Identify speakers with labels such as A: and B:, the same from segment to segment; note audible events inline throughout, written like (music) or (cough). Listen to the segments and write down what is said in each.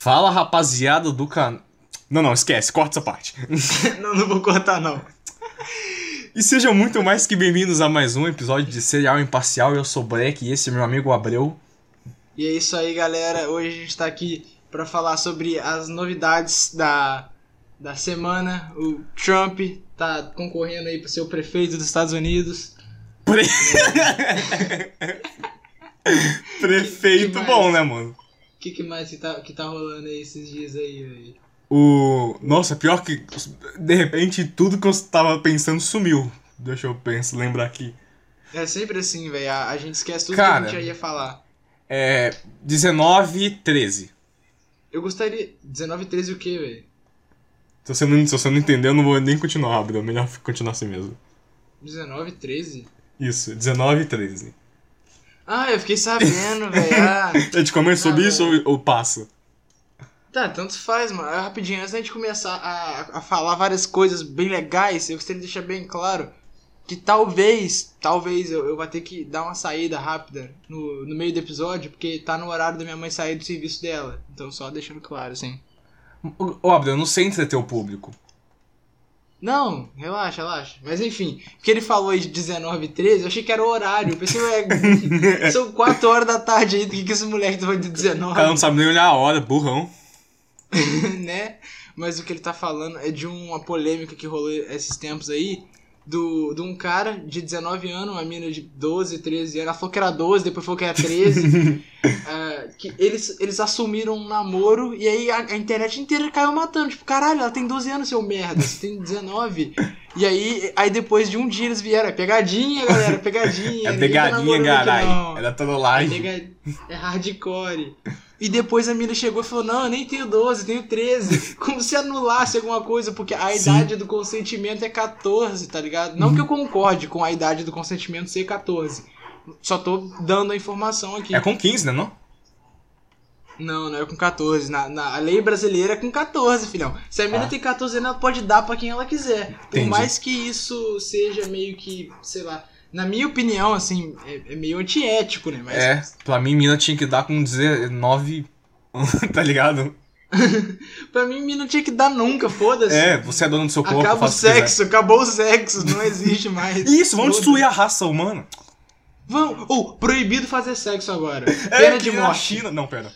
A: Fala, rapaziada do canal. Não, não, esquece, corta essa parte. (laughs)
B: não, não vou cortar, não.
A: E sejam muito mais que bem-vindos a mais um episódio de Serial Imparcial. Eu sou o Black e esse é meu amigo Abreu.
B: E é isso aí, galera. Hoje a gente tá aqui pra falar sobre as novidades da, da semana. O Trump tá concorrendo aí pra ser o prefeito dos Estados Unidos.
A: Pre- Prefeito
B: Que- que
A: bom,
B: mais?
A: né, mano?
B: O que, que mais que tá, que tá rolando aí esses dias aí, velho?
A: O. Nossa, pior que. De repente, tudo que eu tava pensando sumiu. Deixa eu pensar, lembrar aqui.
B: É sempre assim, velho. A, a gente esquece tudo
A: Cara.
B: que a gente já ia falar.
A: É. 19 13.
B: Eu gostaria. 19 e 13 o quê, velho?
A: Se você, não, se você não entendeu, eu não vou nem continuar, Abreu. Melhor continuar assim mesmo.
B: 19 e 13?
A: Isso, 19 e 13.
B: Ah, eu fiquei sabendo, velho. Ah.
A: A gente comenta sobre
B: Ah,
A: isso ou, ou passa?
B: Tá, tanto faz, mano. Ah, Rapidinho, antes da gente começar a, a falar várias coisas bem legais, eu gostaria de deixar bem claro que talvez, talvez eu, eu vá ter que dar uma saída rápida no, no meio do episódio, porque tá no horário da minha mãe sair do serviço dela. Então, só deixando claro, assim.
A: Ô, ô, Abreu, eu não sei entreter o público.
B: Não, relaxa, relaxa. Mas enfim, porque ele falou aí de 19 e 13, eu achei que era o horário. Eu pensei, ué, (laughs) são 4 horas da tarde aí, do que, que esse moleque tá falando de
A: O cara não
B: 19,
A: sabe nem olhar a hora, burrão.
B: (laughs) né? Mas o que ele tá falando é de uma polêmica que rolou esses tempos aí, do, de um cara de 19 anos, uma mina de 12, 13 anos, ela falou que era 12, depois falou que
A: (laughs)
B: era 13. ah, que eles, eles assumiram um namoro e aí a, a internet inteira caiu matando. Tipo, caralho, ela tem 12 anos, seu merda, você tem 19. E aí, aí depois de um dia eles vieram, é pegadinha, galera, é pegadinha.
A: É
B: ninguém tá
A: pegadinha,
B: namorando aqui,
A: garai.
B: não.
A: Era
B: É
A: trollagem.
B: nega- É hardcore. E depois a mina chegou e falou: Não, eu nem tenho 12, tenho
A: (laughs)
B: 13. Como se anulasse alguma coisa, porque a
A: Sim. Uhum.
B: idade do consentimento é 14, tá ligado? Não que eu concorde com a idade do consentimento ser 14. Só tô dando a informação aqui.
A: É com 15, né, não?
B: Não, não é com 14. Na, na- a lei brasileira é com 14, filhão. Se a mina
A: Ah.
B: tem 14 anos, ela pode dar pra quem ela quiser. Por
A: Entendi.
B: mais que isso seja meio que, sei lá. Na minha opinião, assim, é, é meio antiético, né? Mas
A: É, pra mim, mina tinha que dar com 19, (laughs) tá ligado?
B: Pra mim, mina não tinha que dar nunca, foda-se.
A: É, você é dono do seu corpo,
B: Acaba o
A: faça o que
B: sexo, acabou o sexo, não existe mais.
A: (laughs) quiser. Isso, vamos
B: Foda-se.
A: destruir a raça humana.
B: Vamos. Ou, proibido fazer sexo agora.
A: É,
B: Pena de
A: que na
B: morte.
A: China. Não, pera.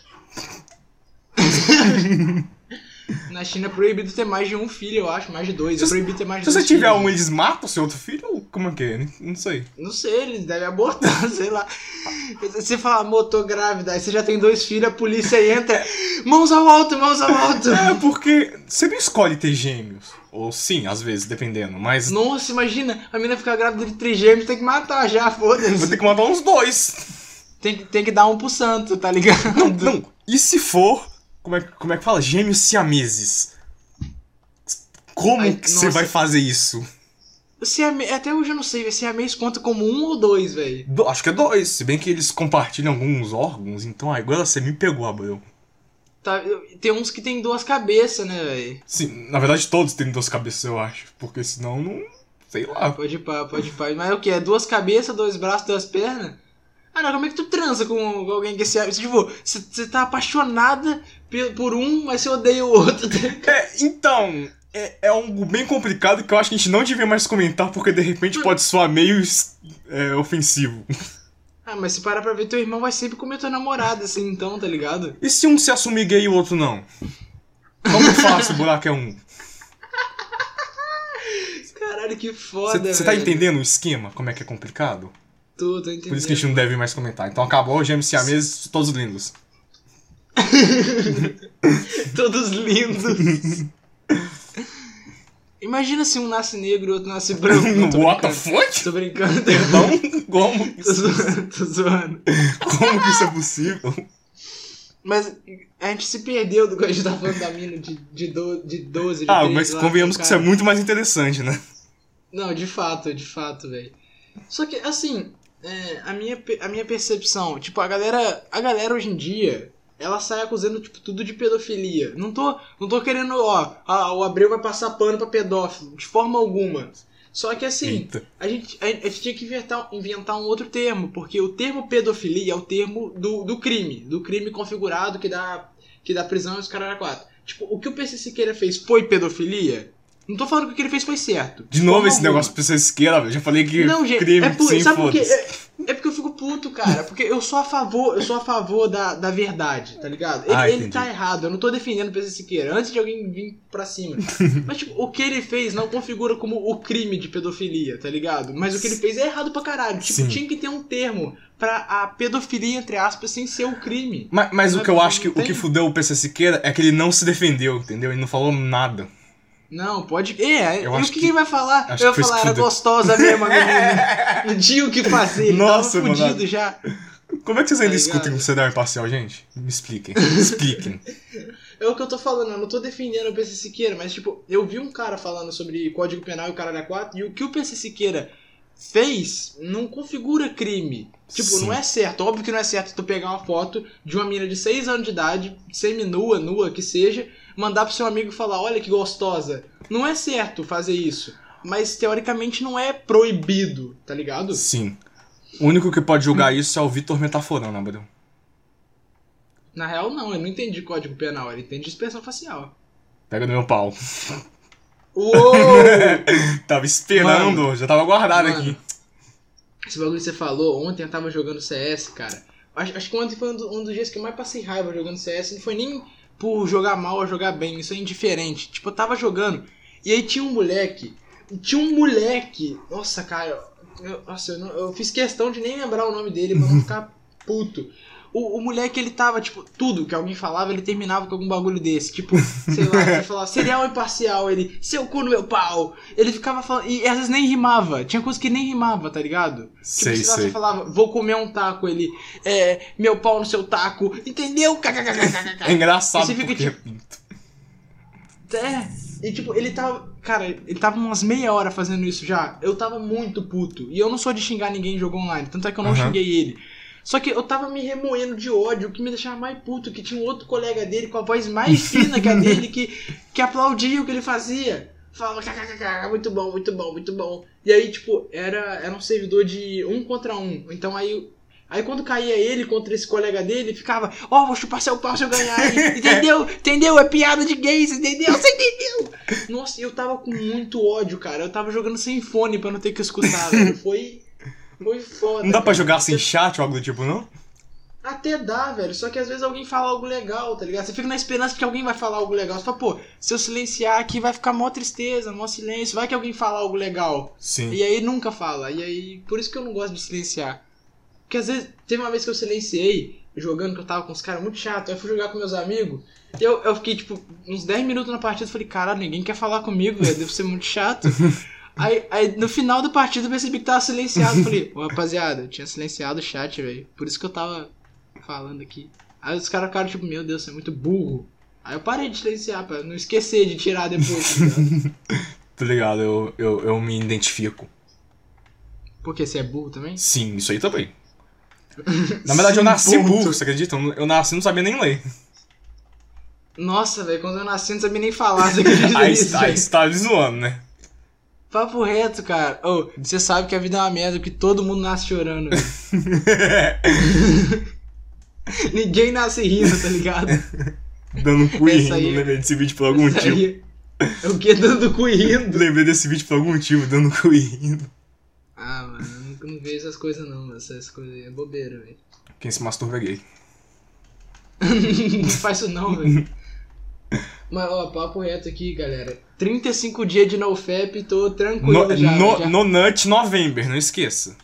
B: Na China é proibido ter mais de um filho, eu acho, mais de dois.
A: Se
B: é
A: você-
B: proibido ter mais de
A: Se você
B: dois
A: tiver
B: filhos.
A: um, eles matam o seu outro filho? Ou como é que é? Não
B: (laughs)
A: sei.
B: Não sei, eles devem abortar, (laughs) sei lá. Você fala, amor, tô grávida, aí você já tem dois filhos, a polícia
A: (laughs)
B: aí entra. Mãos ao alto, mãos ao alto.
A: É, porque você não escolhe ter gêmeos. Ou sim, às vezes, dependendo. Mas
B: Nossa, imagina, a mina ficar grávida de trigêmeos, tem que matar
A: (laughs)
B: já,
A: vou
B: foda-se.
A: ter que mandar uns dois.
B: Tem que, tem que dar um pro santo, tá ligado?
A: Não, não. E se for. Como é, que- como é que fala? Gêmeos siameses. Como
B: Ai,
A: que você
B: nossa.
A: vai fazer isso?
B: Siame- é Até hoje eu não sei, se a mês conta como um ou dois, velho.
A: Do- acho que é dois. Se bem que eles compartilham alguns órgãos. Então agora você me pegou, Abreu.
B: Tá, eu- tem uns que tem duas cabeças, né, velho?
A: Sim, na verdade todos têm duas cabeças, eu acho. Porque senão não. Sei lá.
B: Pode ir pá, pode ir pá. Mas é o que? É duas cabeças, dois braços, duas pernas? Ah, não, como é que tu transa com com alguém que se abre? Tipo, você tá apaixonada pe- por um, mas você odeia o outro. tá?
A: É, então. É, é algo bem complicado que eu acho que a gente não devia mais comentar, porque de repente
B: Hum.
A: pode soar meio es- é, ofensivo.
B: ah, mas se parar pra ver, teu irmão vai sempre comer tua namorada, assim, então, tá ligado?
A: E se um se assumir gay e o outro não? Como que fácil o buraco é um?
B: Caralho, que foda, velho.
A: Você tá entendendo o esquema? Como é que é complicado?
B: Tô, tô entendendo.
A: Por isso que a gente não deve mais comentar. Então acabou o Gêmeos Siameses, todos lindos.
B: (laughs) Todos
A: (laughs)
B: lindos. Imagina se um nasce negro e o outro
A: (laughs)
B: nasce branco. Não, tô
A: What the
B: brincando. (laughs)
A: fuck?
B: Tô brincando.
A: Perdão? Como, (laughs)
B: Tô zoando, tô zoando.
A: como que isso é possível?
B: Mas a gente se perdeu do que a gente tava falando da mina de, de, do, de 12, de
A: Ah,
B: 13
A: mas
B: lá,
A: convenhamos que
B: cara.
A: isso é muito mais interessante, né?
B: Não, de fato, de fato, velho. Só que, assim, é, a, minha, pe- a minha percepção, tipo, a galera, a galera hoje em dia, ela sai acusando, tipo, tudo de pedofilia. Não tô, não tô querendo, ó, ah, o Abreu vai passar pano pra pedófilo, de forma alguma. Só que, assim,
A: Eita.
B: a gente, a, a gente tinha que inventar, inventar um outro termo, porque o termo pedofilia é o termo do, do crime, do crime configurado que dá que dá prisão e os caras era quatro. Tipo, o que o PC Siqueira fez foi pedofilia? Não tô falando que o que ele fez foi certo.
A: De novo
B: Porra
A: esse
B: alguma.
A: negócio pra você esquerda, velho. Já falei que
B: Não, gente,
A: crime
B: é por,
A: sim,
B: sabe por quê?
A: foda-se.
B: É, é porque eu fico puto, cara. Porque eu sou a favor, eu sou a favor da, da verdade, tá ligado? Ele,
A: Ah,
B: ele
A: entendi.
B: tá errado, eu não tô defendendo o PC Siqueira, antes de alguém vir
A: (laughs)
B: pra cima. Mas, tipo, o que ele fez não configura como o crime de pedofilia, tá ligado? Mas o que ele fez é errado pra caralho. Tipo,
A: Sim.
B: tinha que ter um termo pra a pedofilia, entre aspas, sem ser o crime.
A: Mas, mas o que eu acho que o
B: Tem-
A: que fudeu o PC Siqueira é que ele não se defendeu, entendeu? Ele não falou nada.
B: Não, pode. É,
A: Eu
B: e o
A: acho
B: que,
A: que-
B: ele vai falar?
A: acho
B: Eu
A: que foi
B: vou falar, era
A: escudo.
B: gostosa mesmo,
A: (laughs)
B: a menina. Não tinha o que fazer, ele
A: Nossa,
B: tava
A: mano.
B: fudido já.
A: Como é que vocês ainda
B: Tá ligado?
A: escutem o cenário imparcial, gente? Me expliquem. me
B: (laughs)
A: expliquem.
B: É o que eu tô falando, eu não tô defendendo o PC Siqueira, mas tipo, eu vi um cara falando sobre Código Penal e o Caralho 4, e o que o PC Siqueira fez não configura crime. Tipo,
A: Sim.
B: não é certo. Óbvio que não é certo tu pegar uma foto de uma menina de 6 anos de idade, semi-nua, nua que seja, mandar pro seu amigo e falar, olha que gostosa. Não é certo fazer isso. Mas teoricamente não é proibido, tá ligado?
A: Sim. O único que pode julgar isso é o Vitor Metaforando, Abreu.
B: Na real, não, eu não entendi código penal, ele entende expressão facial.
A: Pega no meu pau.
B: (laughs) Uou!
A: (laughs) tava esperando, já tava guardado
B: Mano.
A: aqui.
B: Esse bagulho que você falou, ontem eu tava jogando CS, cara. Acho, acho que ontem foi um, do- um dos dias que eu mais passei raiva jogando CS. Não foi nem por jogar mal ou jogar bem, isso é indiferente. Tipo, eu tava jogando e aí tinha um moleque. Tinha um moleque. Nossa, cara. eu- nossa, eu, não- eu fiz questão de nem lembrar o nome dele pra não ficar puto. O, o moleque, ele tava, tipo, tudo que alguém falava, ele terminava com algum bagulho desse. Tipo, sei lá, ele falava serial imparcial, ele, seu cu no meu pau. Ele ficava falando, e às vezes nem rimava. Tinha coisa que nem rimava, tá ligado?
A: Sei,
B: tipo,
A: sei.
B: Você falava, vou comer um taco, ele, é, meu pau no seu taco, entendeu?
A: É engraçado
B: Você fica
A: porque... (laughs)
B: É, e tipo, ele tava. Cara, ele tava umas meia hora fazendo isso já. Eu tava muito puto. E eu não sou de xingar ninguém em jogo online, tanto é que eu não
A: Aham.
B: xinguei ele. Só que eu tava me remoendo de ódio, o que me deixava mais puto, que tinha um outro colega dele com a voz mais
A: (laughs)
B: fina que a dele, que, que aplaudia o que ele fazia. Falava, kkk, muito bom, muito bom, muito bom. E aí, tipo, era, era um servidor de um contra um. Então aí. Aí quando caía ele contra esse colega dele, ficava, ó, vou chupar seu pau se eu
A: (laughs)
B: ganhar, hein? entendeu? Entendeu? É piada de gays, entendeu? Você entendeu? Nossa, eu tava com muito ódio, cara. Eu tava jogando sem fone pra não ter
A: (laughs)
B: que escutar, velho. Foi. Foi foda.
A: Não dá pra
B: cara.
A: jogar sem
B: Você-
A: chat ou algo do tipo, não?
B: até dá, velho. Só que às vezes alguém fala algo legal, tá ligado? Você fica na esperança que alguém vai falar algo legal. Você fala, pô, se eu silenciar aqui vai ficar mó tristeza, mó silêncio. Vai que alguém fala algo legal.
A: Sim.
B: E aí nunca fala. E aí, por isso que eu não gosto de silenciar. Porque às vezes, teve uma vez que eu silenciei, jogando que eu tava com os caras muito chato. Aí eu fui jogar com meus amigos. E eu, eu fiquei, tipo, uns 10 minutos na partida. Falei, caralho, ninguém quer falar comigo, velho. Devo ser muito chato. Aí, aí, no final da partida eu percebi que tava silenciado. Falei, ô rapaziada, eu tinha silenciado o chat, velho. Por isso que eu tava falando aqui. Aí os caras ficaram tipo, meu Deus, você é muito burro. Aí eu parei de silenciar, pra não esquecer de tirar depois. tá ligado?
A: Tá ligado? Eu, eu, eu me identifico.
B: Porque você é burro também?
A: Sim, isso aí
B: (laughs)
A: também. Na verdade, eu nasci
B: Sim,
A: burro, você acredita? Eu eu nasci e não sabia nem
B: (laughs)
A: ler.
B: Nossa, velho, quando eu nasci eu não sabia nem falar, você
A: (laughs)
B: acredita
A: Aí,
B: nisso?
A: aí
B: velho?
A: você tá me zoando, né?
B: Papo reto, cara. Ô, você sabe que a vida é uma merda, que todo mundo nasce chorando.
A: (laughs)
B: velho. Ninguém nasce rindo, tá ligado?
A: Dando cu e
B: Essa aí-
A: rindo, lembrei desse vídeo por algum
B: Isso
A: É um motivo.
B: aí É o que dando cu e rindo.
A: Lembrei desse vídeo por algum motivo, dando cu e rindo.
B: Ah, mano, eu nunca- não vejo essas coisas não, mano. Essas coisas aí é bobeira, velho. (laughs)
A: Quem se masturba é gay.
B: não faz isso não, velho. Mas, ó, papo reto aqui, galera. 35 dias de NoFap, tô tranquilo
A: No,
B: já,
A: no,
B: já.
A: no Nut November, não esqueça.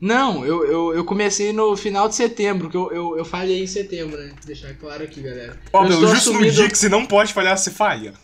B: Não, eu, eu, eu comecei no final de setembro, que eu, eu, eu falhei em setembro, né? Deixar claro aqui, galera.
A: Ó,
B: eu
A: meu,
B: estou
A: justo no
B: assumido-
A: dia que você não pode falhar, você falha.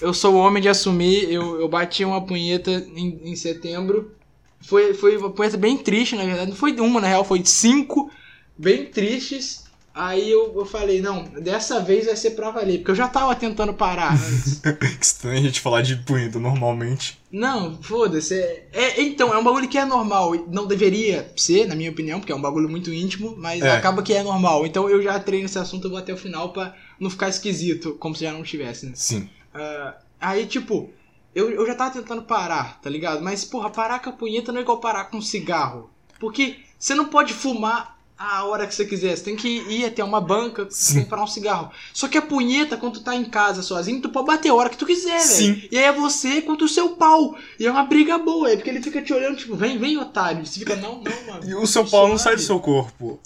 B: Eu sou o homem de assumir, eu, eu bati uma punheta em, em setembro. Foi, foi uma punheta bem triste, na verdade. Não foi uma, na real, foi cinco bem tristes. Aí eu, eu falei, não, dessa vez vai ser pra valer, porque eu já tava tentando parar antes.
A: Que estranho a gente falar de punheta normalmente.
B: Não, foda-se. É, é- então, é um bagulho que é normal. e Não deveria ser, na minha opinião, porque é um bagulho muito íntimo, mas
A: É.
B: acaba que é normal. Então eu já treino esse assunto, eu vou até o final pra não ficar esquisito, como se já não tivesse, né?
A: Sim.
B: Ah, aí, tipo, eu, eu já tava tentando parar, tá ligado? Mas, porra, parar com a punheta não é igual parar com um cigarro. Porque você não pode fumar a hora que você quiser. Você tem que ir até uma banca
A: Sim.
B: comprar um cigarro. Só que a punheta, quando tu tá em casa sozinho, tu pode bater a hora que tu quiser, velho.
A: Sim.
B: E aí é você contra o seu pau. E é uma briga boa, é porque ele fica te olhando, tipo, vem, vem, otário. Você fica, não, não, mano.
A: E o seu pau não sai do
B: Suave.
A: seu corpo.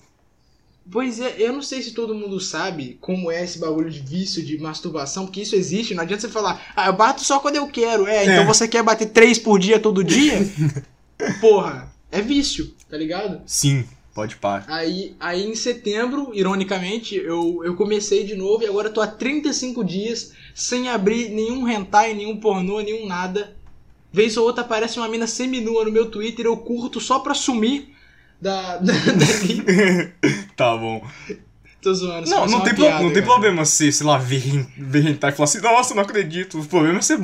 B: Pois é, eu não sei se todo mundo sabe como é esse bagulho de vício de masturbação, porque isso existe, não adianta você falar, ah, eu bato só quando eu quero, é, então
A: É.
B: você quer bater três por dia todo dia? Porra, é vício, tá ligado?
A: Sim, pode parar.
B: Aí, aí em setembro, ironicamente, eu, eu comecei de novo e agora eu tô há 35 dias sem abrir nenhum hentai, nenhum pornô, nenhum nada. Vez ou outra aparece uma mina seminua no meu Twitter, eu curto só pra sumir da, (laughs) da, dali.
A: tá bom.
B: Tô zoando. isso
A: não,
B: foi só
A: não
B: uma
A: tem, pro-
B: piada,
A: não tem
B: cara.
A: problema se, sei lá, ver, ver hentai e falar assim, nossa, não acredito. O problema é você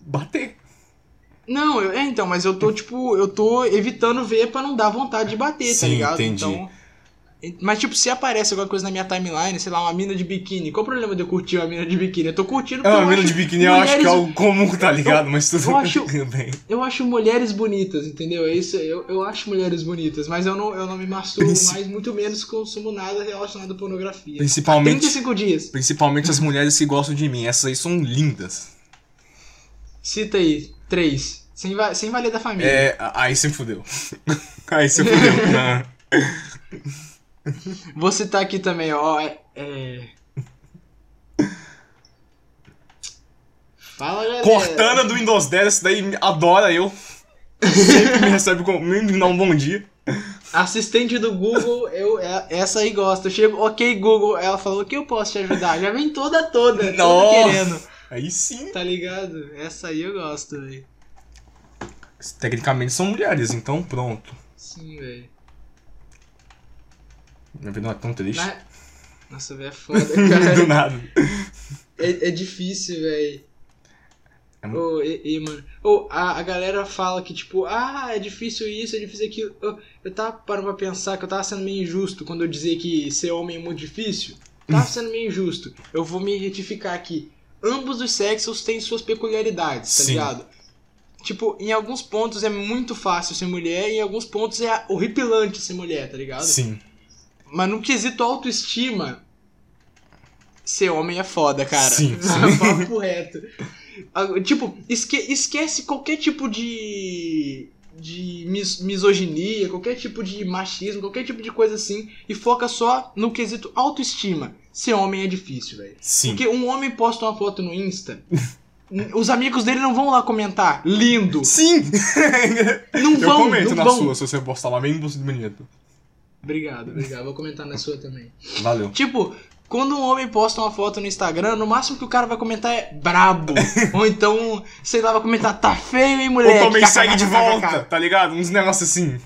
A: bater.
B: Não, eu- é então, mas eu tô, tipo, eu tô evitando ver pra não dar vontade de bater, tá
A: Sim,
B: ligado?
A: entendi.
B: Então. Mas, tipo, se aparece alguma coisa na minha timeline, sei lá, uma mina de biquíni, qual o problema de eu curtir uma mina de biquíni? Eu tô
A: É
B: curtindo porque
A: uma
B: eu
A: mina
B: acho
A: de biquíni, eu acho que é
B: mulheres-
A: algo comum, tá ligado? Mas tudo
B: eu acho-
A: bem.
B: Eu acho mulheres bonitas, entendeu? É isso, eu, eu acho mulheres bonitas, mas eu não, eu não me masturbo
A: Princi-
B: mais, muito menos consumo nada relacionado à pornografia.
A: Principalmente,
B: 35 dias.
A: principalmente as mulheres que gostam de mim. Essas aí são lindas.
B: Cita aí, três. Sem, va- sem valer da família.
A: É, aí se fudeu. (laughs) aí se
B: (laughs)
A: fudeu. Ah.
B: Vou citar aqui também, ó. É. é... Fala, galera.
A: Cortana do Windows 10, essa daí me- adora eu. Sempre me recebe com. Me dá um bom dia.
B: Assistente do Google, eu, é- essa aí gosta. Eu chego, ok, Google. Ela falou, o que eu posso te ajudar? Já vem toda, toda. Toda
A: Nossa.
B: querendo.
A: Aí sim.
B: Tá ligado? Essa aí eu gosto, velho.
A: Tecnicamente são mulheres, então pronto.
B: Sim, velho.
A: Minha vida não é tão triste. (laughs)
B: Na- Nossa, velho, é foda, cara.
A: Do nada.
B: É, é difícil, velho.
A: É mu-
B: Ô, e, e, mano. Ô, a, a galera fala que, tipo, ah, é difícil isso, é difícil aquilo. Ô, eu tava parando pra pensar que eu tava sendo meio injusto quando eu dizia que ser homem é muito difícil. Tava sendo meio injusto. Eu vou me retificar aqui. Ambos os sexos têm suas peculiaridades, tá
A: Sim.
B: ligado? Tipo, em alguns pontos é muito fácil ser mulher, e em alguns pontos é horripilante ser mulher, tá ligado?
A: Sim.
B: Mas no quesito autoestima, ser homem é foda, cara. (laughs)
A: Sim, sim.
B: Papo reto. Ah, Tipo, esque- esquece qualquer tipo de. de mis- misoginia, qualquer tipo de machismo, qualquer tipo de coisa assim, e foca só no quesito autoestima. Ser homem é difícil, velho.
A: Sim.
B: Porque um homem posta uma foto no Insta. (laughs) n- Os amigos dele não vão lá comentar. Lindo!
A: Sim!
B: Não
A: Eu
B: vão,
A: comento
B: não
A: na
B: vão.
A: sua se você postar lá bem bonito.
B: Obrigado, obrigado. Vou comentar na sua também.
A: Valeu.
B: Tipo, quando um homem posta uma foto no Instagram, no máximo que o cara vai comentar é
A: (laughs)
B: brabo. Ou então, sei lá, vai comentar, tá feio, hein,
A: Ou
B: mulher?
A: também segue de volta, tá ligado? Uns negócios assim.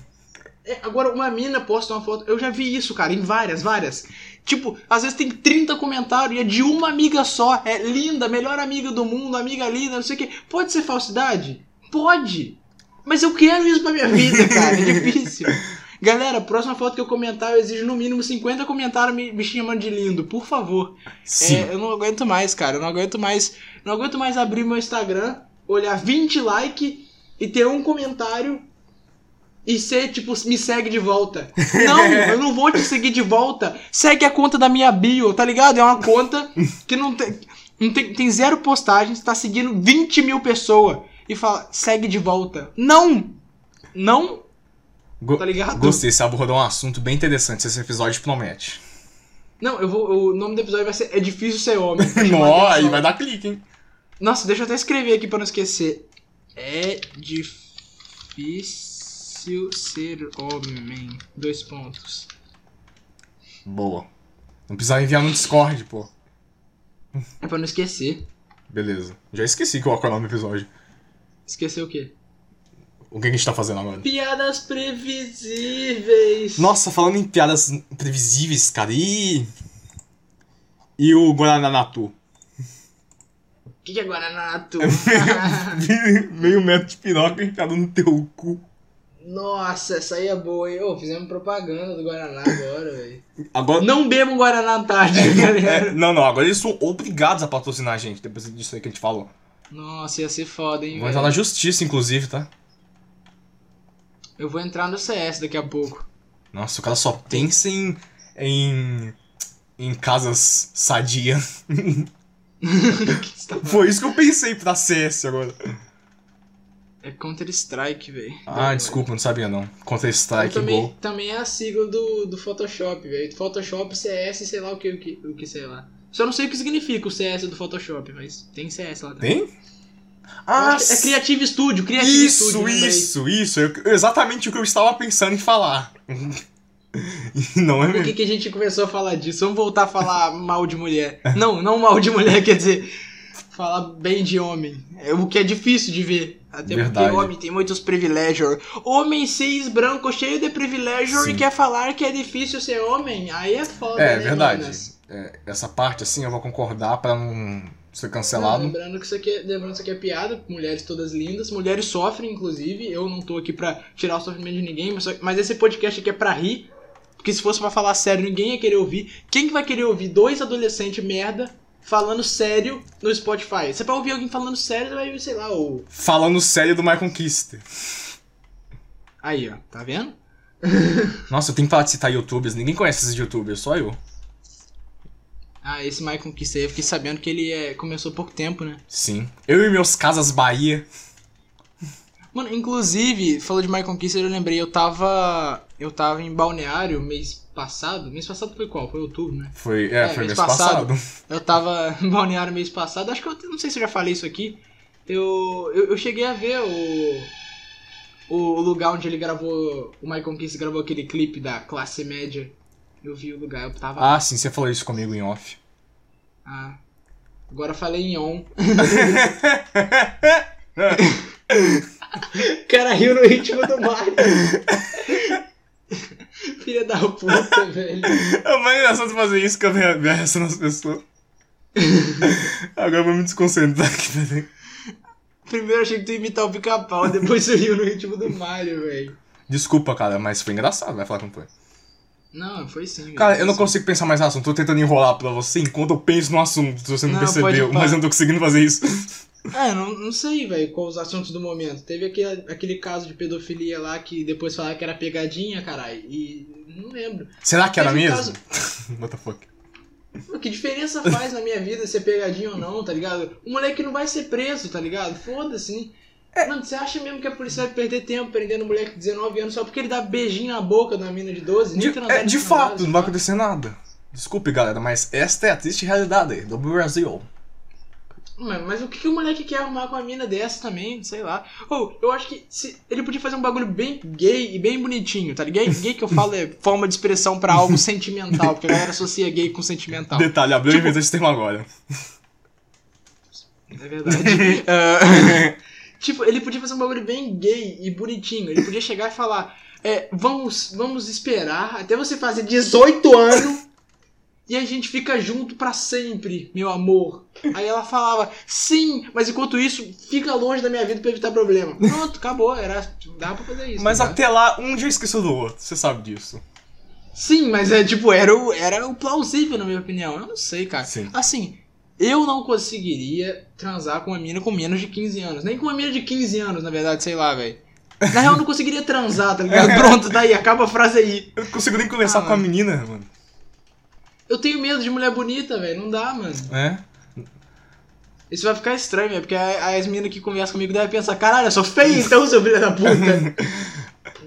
B: É, agora, uma mina posta uma foto. Eu já vi isso, cara, em várias, várias. Tipo, às vezes tem 30 comentários e é de uma amiga só. É linda, melhor amiga do mundo, amiga linda, não sei o quê. Pode ser falsidade? Pode. Mas eu quero isso pra minha
A: (laughs)
B: vida, cara. É difícil. Galera, próxima foto que eu comentar, eu exijo no mínimo 50 comentários me, me chamando de lindo, por favor.
A: Sim.
B: É, eu não aguento mais, cara. Eu não aguento mais. Não aguento mais abrir meu Instagram, olhar 20 like e ter um comentário e ser tipo, me segue
A: (laughs)
B: de volta. Não, eu não vou te seguir de volta. Segue a conta da minha bio, tá ligado? É uma conta que não tem. Não tem, tem zero postagens, tá seguindo 20 mil pessoas e fala, segue de volta. Não! Não,
A: Go-
B: tá ligado?
A: Gostei, você abordou um assunto bem interessante. Esse episódio promete.
B: Não, eu vou. O nome do episódio vai ser É Difícil Ser
A: (laughs)
B: Homem. pra chamar
A: Nó, aí
B: atenção.
A: vai dar clique, hein?
B: Nossa, deixa eu até escrever aqui pra não esquecer. É difícil ser homem. Dois pontos.
A: Boa. Não precisava enviar no Discord, pô.
B: É pra não esquecer.
A: Beleza. Já esqueci qual é o nome do episódio.
B: Esquecer o quê?
A: O que a gente tá fazendo agora?
B: Piadas previsíveis.
A: Nossa, falando em piadas previsíveis, cara, e. E o Guaraná (laughs) Natu?
B: O que, que
A: (laughs)
B: é Guaranato? (laughs)
A: Meio metro de piroca enfiado no teu cu.
B: Nossa, essa aí é boa, hein? Ô, fizemos propaganda do Guaraná agora, velho.
A: Agora.
B: Não bebam Guaraná
A: (laughs)
B: à tarde,
A: É,
B: galera.
A: não, não, agora eles são obrigados a patrocinar a gente, depois disso aí que a gente falou.
B: Nossa, ia ser foda, hein,
A: Vão entrar na
B: velho.
A: justiça, inclusive, tá? (laughs)
B: Eu vou entrar no CS daqui a pouco.
A: Nossa, o cara só pensa em. em. em casas sadia.
B: Que você tá falando?
A: (laughs) Foi isso que eu pensei pra CS agora.
B: é Counter-Strike, velho.
A: Ah, desculpa, não sabia não.
B: Eu
A: Counter-Strike,
B: também,
A: gol.
B: também é a sigla do, do Photoshop, velho. Photoshop, CS, sei lá o que, o que, o que sei lá. Só não sei o que significa o CS do Photoshop, mas tem CS lá também.
A: Tem? Ah,
B: é Creative Studio, Creative Studio. né,
A: isso,
B: lembrei.
A: isso, isso. Eu- exatamente o que eu estava pensando em falar. (laughs) não é
B: Por
A: mesmo?
B: que, que a gente começou a falar disso? Vamos voltar a falar (laughs) mal de mulher. Não, não mal de mulher, quer dizer, falar bem de homem. É o que é difícil de ver. Até
A: Verdade.
B: porque homem tem muitos privilégios. Homem cis, branco, cheio de privilégio
A: Sim.
B: e quer falar que é difícil ser homem. Aí é foda,
A: É,
B: né,
A: verdade.
B: manas?
A: É, essa parte assim eu vou concordar pra não ser
B: Não,
A: cancelado.
B: lembrando, que isso aqui é, lembrando que isso aqui é piada, mulheres todas lindas, mulheres sofrem, inclusive. Eu não tô aqui pra tirar o sofrimento de ninguém, mas, só- mas esse podcast aqui é pra rir. Porque se fosse pra falar sério, ninguém ia querer ouvir. Quem que vai querer ouvir dois adolescentes merda falando sério no Spotify? Você vai ouvir alguém falando sério, você vai ouvir, sei lá, o.
A: Falando sério do Michael Kister.
B: Aí, ó, tá vendo?
A: Nossa, eu tenho que parar de citar youtubers. Ninguém conhece esses youtubers, só eu.
B: Ah, esse Michael Kissei, eu fiquei sabendo que ele é, começou há pouco tempo, né?
A: Sim. Eu e meus Casas Bahia.
B: Mano, inclusive, falou de My Conquista, eu lembrei, eu tava. Eu tava em Balneário mês passado. Mês passado foi qual? Foi outubro, né?
A: Foi, é,
B: É,
A: foi mês
B: mês
A: passado.
B: Eu tava (laughs) em Balneário mês passado, acho que eu não sei se eu já falei isso aqui. Eu, eu, eu cheguei a ver o. O lugar onde ele gravou. O My Conquista gravou aquele clipe da classe média. Eu vi o lugar, eu tava.
A: Ah, sim, você falou isso comigo em off.
B: Ah. Agora eu falei em on. O cara riu no ritmo do Mario. (laughs) Filha da puta, velho.
A: É mais engraçado fazer isso que a minha, minha reação nas (laughs) pessoas. Agora eu vou me desconcentrar aqui, né? peraí.
B: Primeiro eu achei que tu ia imitar o pica-pau, depois tu riu no ritmo do Mario, velho.
A: Desculpa, cara, mas foi engraçado, vai falar como foi.
B: Não, foi sim. velho.
A: Cara, eu não consigo pensar mais no assunto, tô tentando enrolar pra você enquanto eu penso no assunto, se você não,
B: Não,
A: percebeu,
B: pode pá.
A: mas eu não tô conseguindo fazer isso.
B: É, não, não sei, velho, qual os assuntos do momento. Teve aquele, aquele caso de pedofilia lá que depois falaram que era pegadinha, caralho. E não lembro.
A: Será que era
B: Teve um
A: mesmo? (laughs) What the fuck?
B: Pô, que diferença faz na minha vida ser pegadinha ou não, tá ligado? O moleque não vai ser preso, tá ligado? Foda-se, né?
A: É.
B: Mano, você acha mesmo que a polícia vai perder tempo prendendo um moleque de 19 anos só porque ele dá beijinho na boca da mina de 12? Nem
A: De,
B: transar,
A: é,
B: nem
A: de
B: transar,
A: fato,
B: sei
A: não vai
B: lá.
A: acontecer nada. Desculpe, galera, mas esta é a triste realidade do Brasil.
B: Mano, mas o que, que o moleque quer arrumar com a mina dessa também? Sei lá. Ou, eu acho que se- ele podia fazer um bagulho bem gay e bem bonitinho, tá ligado? Gay que eu falo é forma de expressão pra algo sentimental, porque a galera associa gay com sentimental.
A: Detalhe, abriu e
B: Tipo-
A: inventou esse termo (laughs) agora.
B: É verdade.
A: (laughs) É,
B: Ah, tipo, ele podia fazer um bagulho bem gay e bonitinho. Ele podia chegar e falar: é, vamos, vamos esperar até você fazer 18 anos e a gente fica junto pra sempre, meu amor. Aí ela falava: sim, mas enquanto isso, fica longe da minha vida pra evitar problema. Pronto, acabou. Era, dá pra fazer isso.
A: Mas
B: tá ligado?
A: até lá, um já esqueceu do outro, você sabe disso.
B: Sim, mas é tipo, era o, era o plausível, na minha opinião. Eu não sei, cara.
A: Sim.
B: Assim, eu não conseguiria transar com uma mina com menos de 15 anos. Nem com uma mina de 15 anos, na verdade, sei lá, velho. Na real, eu não conseguiria transar, tá
A: (laughs)
B: ligado? Pronto, daí, acaba a frase aí.
A: Eu não consigo nem conversar
B: Ah,
A: com a
B: mano.
A: menina, mano.
B: Eu tenho medo de mulher bonita, velho. Não dá, mano.
A: É?
B: Isso vai ficar estranho, velho. Porque a- as minas que conversam comigo devem pensar, caralho, eu sou feio então, seu filho
A: (laughs)
B: da puta.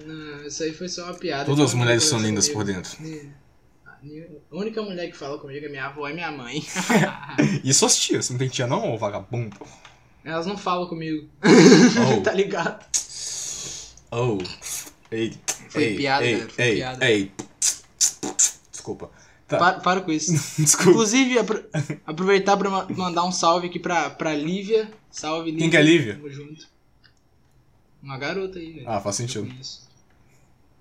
B: não, isso aí foi só uma piada.
A: Todas as
B: Então,
A: mulheres
B: eu
A: são
B: sou
A: lindas
B: meio-
A: por dentro.
B: A única mulher que fala comigo é minha avó e minha mãe.
A: E suas tias, você não tem tia não, ô vagabundo?
B: Elas não falam comigo. (laughs)
A: Oh.
B: tá ligado?
A: Oh. Ei.
B: Foi
A: ei,
B: piada,
A: ei,
B: galera, foi
A: ei,
B: piada.
A: Ei. Desculpa. (laughs) Tá.
B: Para, para com isso.
A: Desculpa.
B: Inclusive,
A: (laughs)
B: apro- aproveitar pra ma- mandar um salve aqui pra, pra Lívia. Salve, Lívia.
A: Quem que é Lívia?
B: Tamo junto. Uma garota aí, velho.
A: Ah, faz
B: que eu
A: sentido.
B: conheço.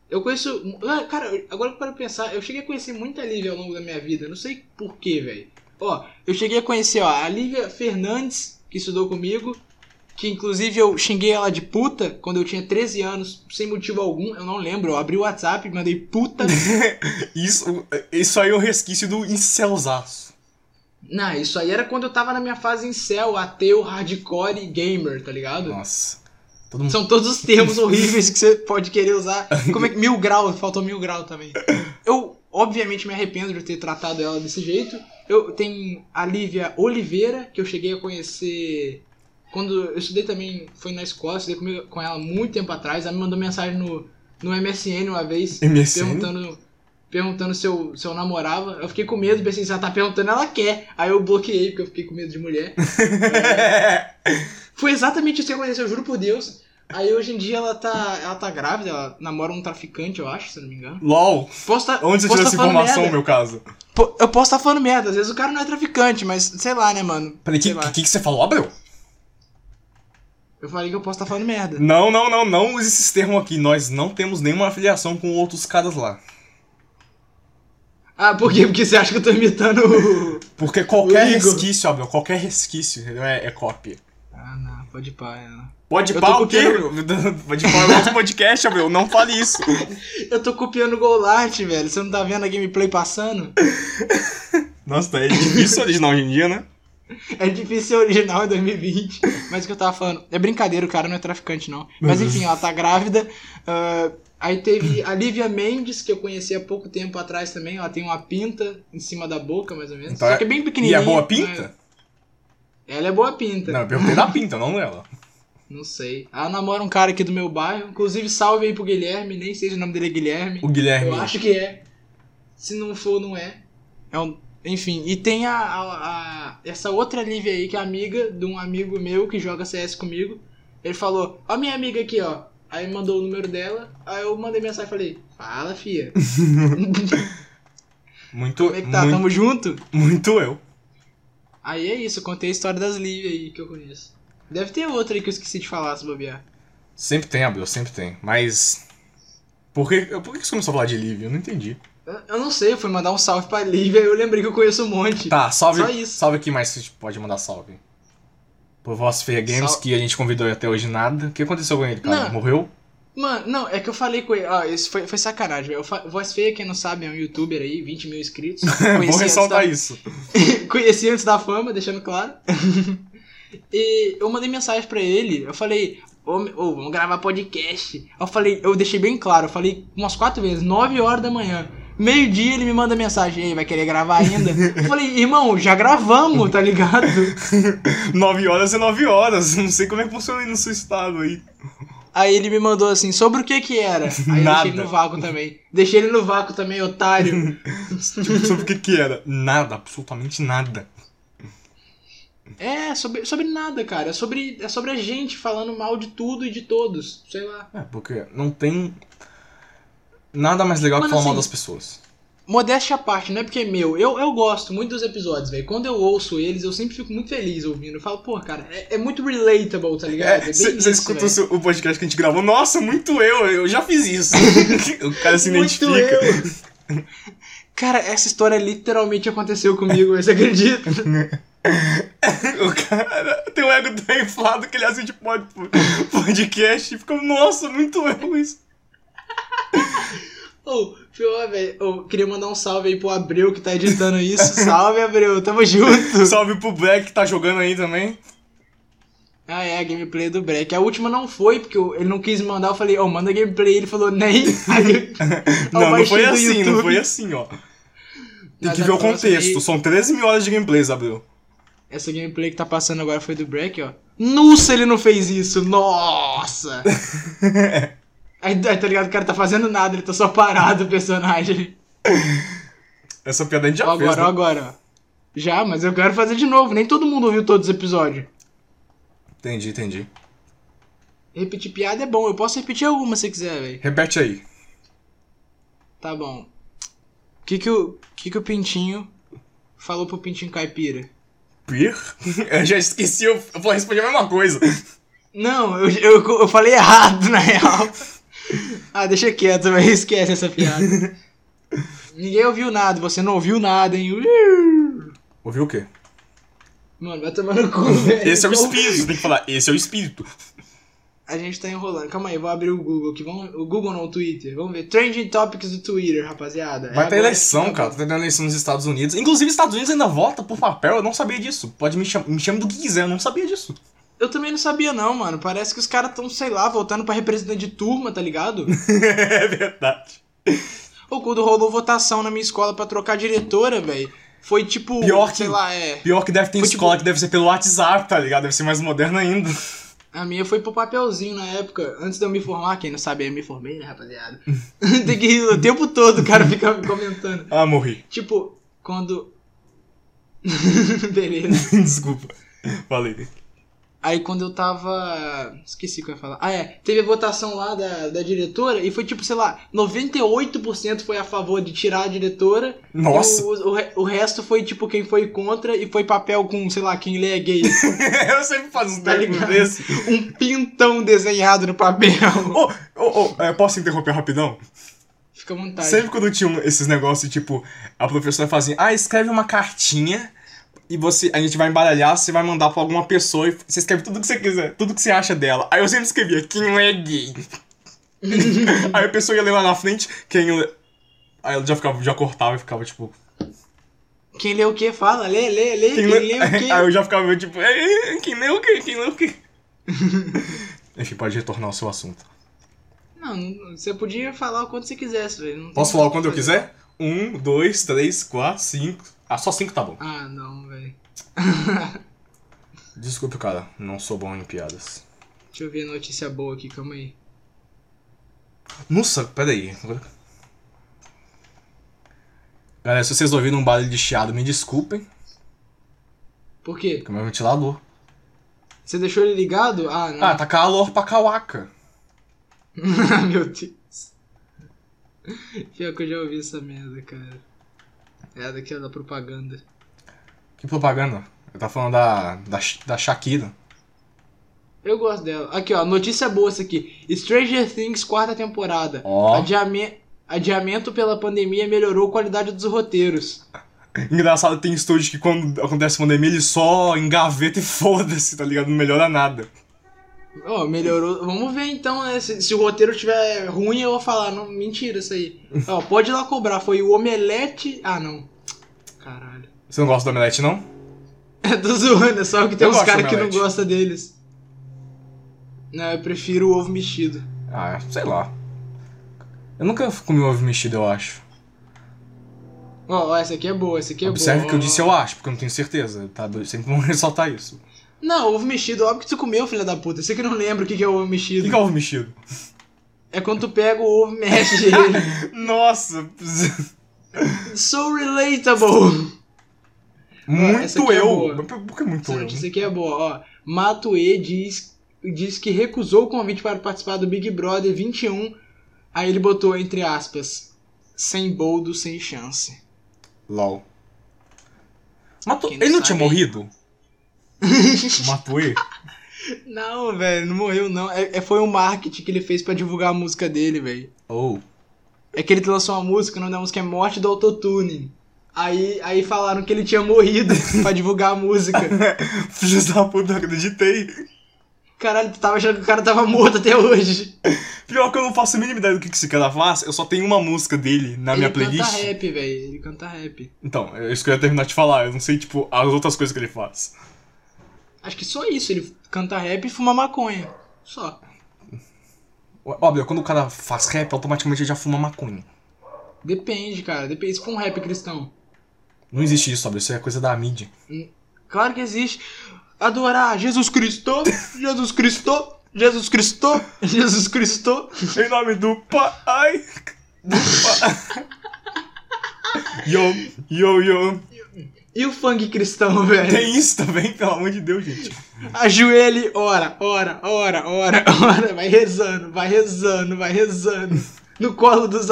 B: Eu conheço. ah, Cara, eu- agora para pensar, eu cheguei a conhecer muita Lívia ao longo da minha vida. Não sei porquê, velho. Ó, eu cheguei a conhecer, ó, a Lívia Fernandes, que estudou comigo. Que inclusive eu xinguei ela de puta quando eu tinha 13 anos, sem motivo algum, eu não lembro. Eu abri o WhatsApp,
A: (laughs)
B: mandei puta.
A: Isso, isso aí é um resquício do incelzaço.
B: Não, isso aí era quando eu tava na minha fase em céu, ateu, hardcore e gamer, tá ligado?
A: Nossa. Todo mundo...
B: São todos os termos horríveis que você pode querer usar. Como é que mil grau, faltou mil grau também. Eu obviamente me arrependo de ter tratado ela desse jeito. Eu tenho a Lívia Oliveira, que eu cheguei a conhecer quando eu estudei também, foi na escola, estudei comigo, com ela muito tempo atrás. Ela me mandou mensagem no, no MSN uma vez,
A: MSN? (laughs)
B: perguntando perguntando se eu, se eu namorava. Eu fiquei com medo, pensei, se ela tá perguntando, ela quer. Aí eu bloqueei, porque eu fiquei com medo
A: (laughs)
B: de mulher. Foi exatamente isso que aconteceu, eu juro por Deus. Aí hoje em dia ela tá, ela tá grávida, ela namora um traficante, eu acho, se eu não me engano.
A: LOL,
B: Posso tá,
A: onde você tirou
B: posso tá
A: essa
B: falando
A: informação,
B: merda.
A: meu caso?
B: Po- Eu posso estar tá falando merda, às vezes o cara não é traficante, mas sei lá, né, mano?
A: Peraí, o
B: sei
A: que,
B: lá.
A: que, que você falou, Abel?
B: Eu falei que eu posso estar tá falando merda.
A: Não, não, não, não use esses termos aqui. Nós não temos nenhuma afiliação com outros caras lá.
B: Ah, por quê? Porque você acha que eu tô imitando o.
A: Porque qualquer
B: O Igor.
A: resquício, Abel, qualquer resquício, entendeu? É, é cópia.
B: Ah, não, pode parar. né?
A: Pode
B: Eu tô
A: pau o quê?
B: copiando,
A: (laughs) Pode pau é nosso podcast, Abel, não fale isso.
B: Eu tô copiando o Golart, velho. Você não tá vendo a gameplay passando?
A: Nossa, (laughs) tá é difícil original hoje em dia, né?
B: É difícil ser original em 2020. Mas o que eu tava falando? É brincadeira, o cara não é traficante, não. Mas enfim, ela tá grávida. Ah, aí teve a Lívia Mendes, que eu conheci há pouco tempo atrás também. Ela tem uma pinta em cima da boca, mais ou menos.
A: Então
B: Só
A: é-
B: que é bem
A: E
B: pequenininha.
A: é boa
B: né?
A: pinta?
B: Ela é boa pinta.
A: Não, eu perguntei da pinta, não dela.
B: Não sei. Ela namora um cara aqui do meu bairro. Inclusive, salve aí pro Guilherme. Nem sei se o nome dele é Guilherme.
A: O Guilherme.
B: Eu acho que é. Se não for, não é. É um- Enfim, e tem a, a- a- essa outra Lívia aí, que é amiga de um amigo meu que joga CS comigo. Ele falou, ó minha amiga aqui, ó. Aí me mandou o número dela, aí eu mandei mensagem e falei, fala, fia.
A: Muito,
B: Como é que tá?
A: muito,
B: Tamo junto?
A: muito eu.
B: Aí é isso, eu contei a história das Lívia aí que eu conheço. Deve ter outra aí que eu esqueci de falar, se bobear.
A: Sempre tem, Abel, sempre tem. Mas. Por que, por que você começou a falar de Lívia? Eu não entendi.
B: Eu, eu não sei, eu fui mandar um salve pra Lívia e eu lembrei que eu conheço um monte.
A: Tá, salve.
B: Só isso.
A: Salve aqui, mas você pode mandar salve. Por Voz Feia Games,
B: Sal-
A: que a gente convidou e até hoje nada. O que aconteceu com ele, cara?
B: Não.
A: Morreu?
B: Mano, não, é que eu falei com ele. Ó, isso foi, foi sacanagem, velho. Eu fa- Voz Feia, quem não sabe, é um youtuber aí, 20
A: (laughs)
B: mil inscritos.
A: Vou
B: Conheci antes
A: ressaltar
B: da-
A: isso.
B: (laughs) Conheci antes da fama, deixando claro. (laughs) e eu mandei mensagem pra ele. Eu falei, ô, me- ô, vamos gravar podcast. Eu falei, eu deixei bem claro, eu falei umas quatro vezes, 9 horas da manhã. Meio-dia ele me manda mensagem, ei, vai querer gravar ainda? Eu falei, irmão, já gravamos, tá ligado?
A: (laughs) 9 horas é 9 horas. Não sei como é que funciona aí no seu estado aí.
B: Aí ele me mandou assim, sobre o que que era? Aí eu
A: Nada.
B: deixei ele no vácuo também. Deixei ele no vácuo também, otário.
A: Tipo, sobre o que que era? Nada, absolutamente nada.
B: É, sobre, sobre nada, cara. É sobre, é sobre a gente falando mal de tudo e de todos. Sei lá.
A: É, porque não tem nada mais legal que
B: Mano,
A: falar mal das
B: assim,
A: pessoas.
B: Modéstia à parte, não é porque é meu. Eu, eu gosto muito dos episódios, velho. Quando eu ouço eles, eu sempre fico muito feliz ouvindo. Eu falo, pô, cara, é, é muito relatable, tá ligado? É bem
A: Você
B: isso,
A: escuta o,
B: velho.
A: seu- o podcast que a gente gravou? Nossa, muito eu, eu já fiz (laughs) isso. o cara se
B: Muito
A: identifica.
B: eu. (laughs) Cara, essa história literalmente aconteceu comigo, você
A: (laughs)
B: acredita?
A: O cara tem um ego tão inflado que ele assiste pod- podcast e fica, nossa, muito eu isso.
B: Ô, pior, velho. Ô, queria mandar um salve aí pro Abreu que tá editando isso. Salve, Abreu, tamo junto.
A: Salve pro Black que tá jogando aí também.
B: Ah, é, a gameplay do Breck. A última não foi, porque eu- ele não quis me mandar. Eu falei, ó, manda a gameplay. Ele
A: (laughs)
B: falou, nem. Aí eu- eu
A: Não, não
B: baixei
A: foi
B: do
A: assim, não
B: YouTube.
A: foi assim, ó. Tem
B: Mas
A: que
B: a
A: ver o
B: próxima aí-
A: contexto. São 13 mil horas de gameplays, Abreu.
B: Essa gameplay que tá passando agora foi do Breck, ó. Nossa, ele não fez
A: (laughs)
B: isso. Nossa. aí, aí, tá ligado? O cara tá fazendo nada, ele tá só parado, o personagem.
A: Essa piada a gente já
B: Ó,
A: fez.
B: agora, ó,
A: né?
B: agora, ó. Já, mas eu quero fazer de novo. Nem todo mundo ouviu todos os episódios.
A: Entendi, entendi.
B: Repetir piada é bom. Eu posso repetir alguma se quiser, velho.
A: Repete aí.
B: Tá bom. O que que o, que que o Pintinho falou pro Pintinho Caipira?
A: Pir? Eu já esqueci, eu eu vou responder a mesma coisa.
B: Não, eu, eu, eu falei errado, (laughs) na real. ah, deixa quieto, mas esquece essa piada. Ninguém ouviu nada, você não ouviu nada, hein? Uiu.
A: Ouviu o quê?
B: Mano, vai tomar no cu,
A: (laughs)
B: velho.
A: Esse é o
B: Então,
A: espírito, tem que falar, esse é o espírito.
B: A gente tá enrolando. Calma aí, vou abrir o Google aqui. Vamos, o Google não, o Twitter. Vamos ver. Trending Topics do Twitter, rapaziada. É
A: Vai ter
B: agora-
A: eleição, cara. Tá tendo eleição nos Estados Unidos. Inclusive, Estados Unidos ainda vota por papel. Eu não sabia disso. Pode me chamar, me chame do que quiser. Eu não sabia disso.
B: Eu também não sabia, não, mano. Parece que os caras estão, sei lá, voltando pra representante de turma, tá ligado?
A: é verdade.
B: Ou quando rolou votação na minha escola pra trocar diretora, velho. Foi tipo,
A: Pior que-
B: sei lá, é.
A: Pior que deve ter
B: Foi
A: escola que deve ser pelo WhatsApp, tá ligado? Deve ser mais moderno ainda.
B: A minha foi pro papelzinho na época. Antes de eu me formar, quem não sabe, eu me formei,
A: (laughs)
B: né, rapaziada? Tem que rir o tempo todo, o cara fica me comentando.
A: Ah, morri. (laughs)
B: Tipo, quando. (laughs) Beleza.
A: Desculpa. Falei.
B: Aí quando eu tava. Esqueci o que eu ia falar. Ah, é. Teve a votação lá da, da diretora e foi tipo, sei lá, 98% foi a favor de tirar a diretora.
A: Nossa.
B: E o, o, re- o resto foi tipo quem foi contra e foi papel com, sei lá, quem lê é gay.
A: (laughs) eu sempre faço uns
B: Tá
A: bagulho
B: ligado?
A: desse.
B: um pintão desenhado no papel. (laughs)
A: Ô, ô, ô, é, posso interromper rapidão?
B: Fica à vontade.
A: Sempre quando tinha um- esses negócios, tipo, a professora fazia assim, ah, escreve uma cartinha e você, a gente vai embaralhar, você vai mandar pra alguma pessoa e você escreve tudo que você quiser, tudo que você acha dela. Aí eu sempre escrevia, quem é
B: (laughs)
A: gay? Aí a pessoa ia ler lá na frente, quem... le- Aí ela já, ficava, já cortava e ficava, tipo...
B: Quem lê o que fala, lê, lê, lê. Quem,
A: le-
B: lê o que?
A: é?" (laughs) Aí eu já ficava, tipo, "É, é, quem leu o quê? Quem leu o
B: (laughs)
A: quê? Enfim, pode retornar ao seu assunto.
B: Não, não- você podia falar o quanto você quisesse, velho. não tem
A: Posso falar o
B: nada
A: quanto
B: pra
A: eu
B: fazer.
A: quiser? Um, dois, três, quatro, cinco... Ah, só cinco tá bom.
B: Ah, não, velho.
A: Desculpe, cara, não sou bom em piadas.
B: Deixa eu ver a notícia boa aqui, calma aí.
A: Nossa, peraí. Agora- Galera, se vocês ouviram um barulho de chiado, me desculpem,
B: Por quê?
A: que é meu ventilador.
B: Você deixou ele ligado? Ah, não. (laughs) Ah,
A: Ah, tá calor pra cauaca.
B: Meu Deus. Pior que eu já ouvi essa merda, cara. É daquela da propaganda.
A: Que propaganda. Eu tava falando da, da, Sh- da Shakira.
B: Eu gosto dela. Aqui, ó, notícia boa essa aqui. Stranger Things, quarta temporada.
A: Ó.
B: Adiame- Adiamento pela pandemia melhorou a qualidade dos roteiros.
A: Engraçado, tem estúdio que quando acontece pandemia, ele só engaveta e (laughs) foda-se, tá ligado? Não melhora nada.
B: Ó, melhorou. Vamos ver então, né? Se, se o roteiro tiver ruim, eu vou falar. Não, mentira isso aí. Ó, pode ir lá cobrar. Foi o Omelete. Ah, não. Caralho. (laughs)
A: Você não gosta do Omelete, não?
B: Eu tô zoando, é só que tem
A: Eu
B: uns
A: gosto do
B: caras que não
A: omelete.
B: gostam deles. Não, eu prefiro o ovo mexido.
A: Ah, sei lá. Eu nunca comi ovo mexido, eu acho.
B: Ó, ó, essa aqui é boa, essa aqui é
A: Observe
B: boa.
A: que eu disse eu acho, porque eu não tenho certeza. Tá Do- sempre bom (laughs) ressaltar isso.
B: Não, ovo mexido, óbvio que tu comeu, filha da puta. Você que não lembra o que que é ovo
A: O
B: mexido.
A: que que é ovo mexido?
B: É quando tu pega o ovo e mexe ele.
A: Nossa!
B: so relatable. essa
A: muito
B: aqui é
A: eu!
B: boa.
A: Mas por por que muito eu? né?
B: Isso aqui é boa, ó. Matue diz, diz que recusou o convite para participar do Big Brother 21. Aí ele botou, entre aspas, sem boldo, sem chance.
A: LOL. Matou.
B: Quem
A: Ele
B: não
A: não tinha
B: sabe-
A: morrido? Matou ele?
B: Não, velho, não morreu não. É, é- foi um marketing que ele fez pra divulgar a música dele, velho.
A: (laughs) Oh.
B: É que ele lançou uma música, o nome da música é Morte do Autotune. Aí, aí falaram que ele tinha morrido (laughs) pra divulgar a música.
A: Filhos da puta, eu acreditei.
B: Caralho, tu tava achando que o cara tava morto até hoje.
A: Pior que eu não faço a mínima ideia do que que esse cara faz, eu só tenho uma música dele na É minha
B: ele
A: playlist.
B: canta rap, velho. Ele canta rap.
A: Então, é isso que eu ia terminar de falar, eu não sei, tipo, as outras coisas que ele faz.
B: Acho que só isso, ele canta rap e fuma maconha. Só.
A: Óbvio, quando o cara faz rap, automaticamente ele já fuma maconha.
B: Depende, cara. Depende. Se for um rap cristão.
A: Não existe isso, óbvio, isso é coisa da mídia.
B: Claro que existe. Adorar Jesus Cristo, Jesus Cristo, Jesus Cristo, (laughs) Jesus Cristo.
A: Em nome do pai. Do pai. (laughs) Yo, yo, yo.
B: E o funk cristão, (laughs) velho?
A: Tem isso também, pelo amor de Deus, gente.
B: Ajoelhe, ora, ora, ora, ora, (laughs) ora. Vai rezando, vai rezando, vai rezando. No colo dos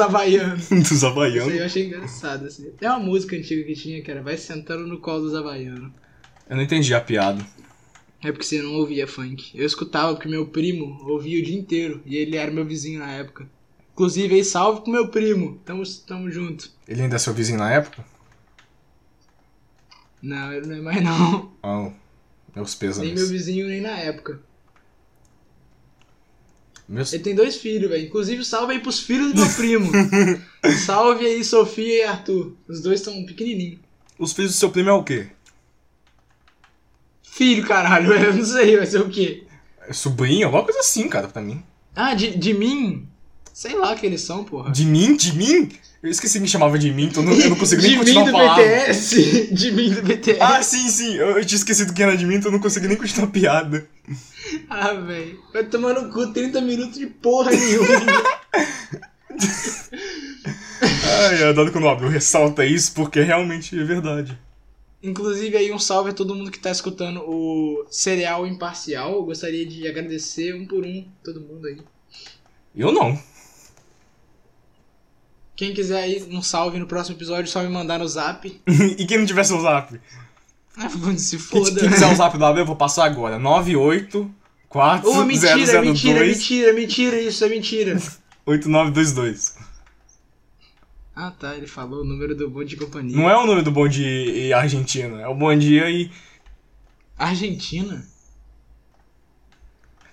A: (laughs)
B: havaianos.
A: Dos
B: Isso aí
A: havaianos.
B: eu achei engraçado. Assim. É uma música antiga que tinha, que era Vai sentando no colo dos havaianos.
A: Eu não entendi a piada.
B: É porque você não ouvia funk. Eu escutava porque meu primo ouvia o dia inteiro. E ele era meu vizinho na época. Inclusive, aí salve pro meu primo. Tamo, tamo junto.
A: Ele ainda é seu vizinho na época?
B: Não, ele não é mais não.
A: Oh, meus
B: Nem meu
A: pêsames.
B: vizinho, nem na época.
A: Meus...
B: Ele tem dois filhos, velho. Inclusive, salve aí pros filhos do meu
A: (laughs)
B: primo. salve aí, Sofia e Arthur. Os dois estão pequenininhos.
A: Os filhos do seu primo é o quê?
B: Filho, caralho, (laughs) eu não sei, vai ser o quê?
A: É Sobrinho, alguma coisa assim, cara, pra mim.
B: Ah, de, de mim? Sei lá que eles são, porra.
A: De mim? De mim? Eu esqueci que chamava de mim, então eu não- eu não consigo nem
B: (laughs) de
A: continuar
B: mim do
A: falando.
B: BTS. (laughs) De mim do BTS.
A: Ah, sim, sim. Eu, eu tinha esquecido quem era de mim, então eu não consegui nem continuar a piada.
B: Ah, velho. Vai tomar no cu 30 minutos de
A: (laughs)
B: porra nenhuma.
A: Ai, é dado quando o Abel ressalta isso, porque realmente é verdade.
B: Inclusive, aí um salve a todo mundo que tá escutando o Serial Imparcial. Eu gostaria de agradecer um por um todo mundo aí.
A: Eu não.
B: Quem quiser aí um salve no próximo episódio, é só me mandar no zap.
A: e quem não tiver seu zap?
B: Ah, mano, se
A: Quem,
B: foda.
A: quem quiser o zap do Abel, eu vou passar agora. 98 4
B: Ô, mentira,
A: 002
B: mentira, mentira, mentira, isso é mentira.
A: 8922.
B: ah, tá, ele falou o número do bonde de companhia.
A: Não é o nome do bom dia argentino, é o bom dia e.
B: Argentina?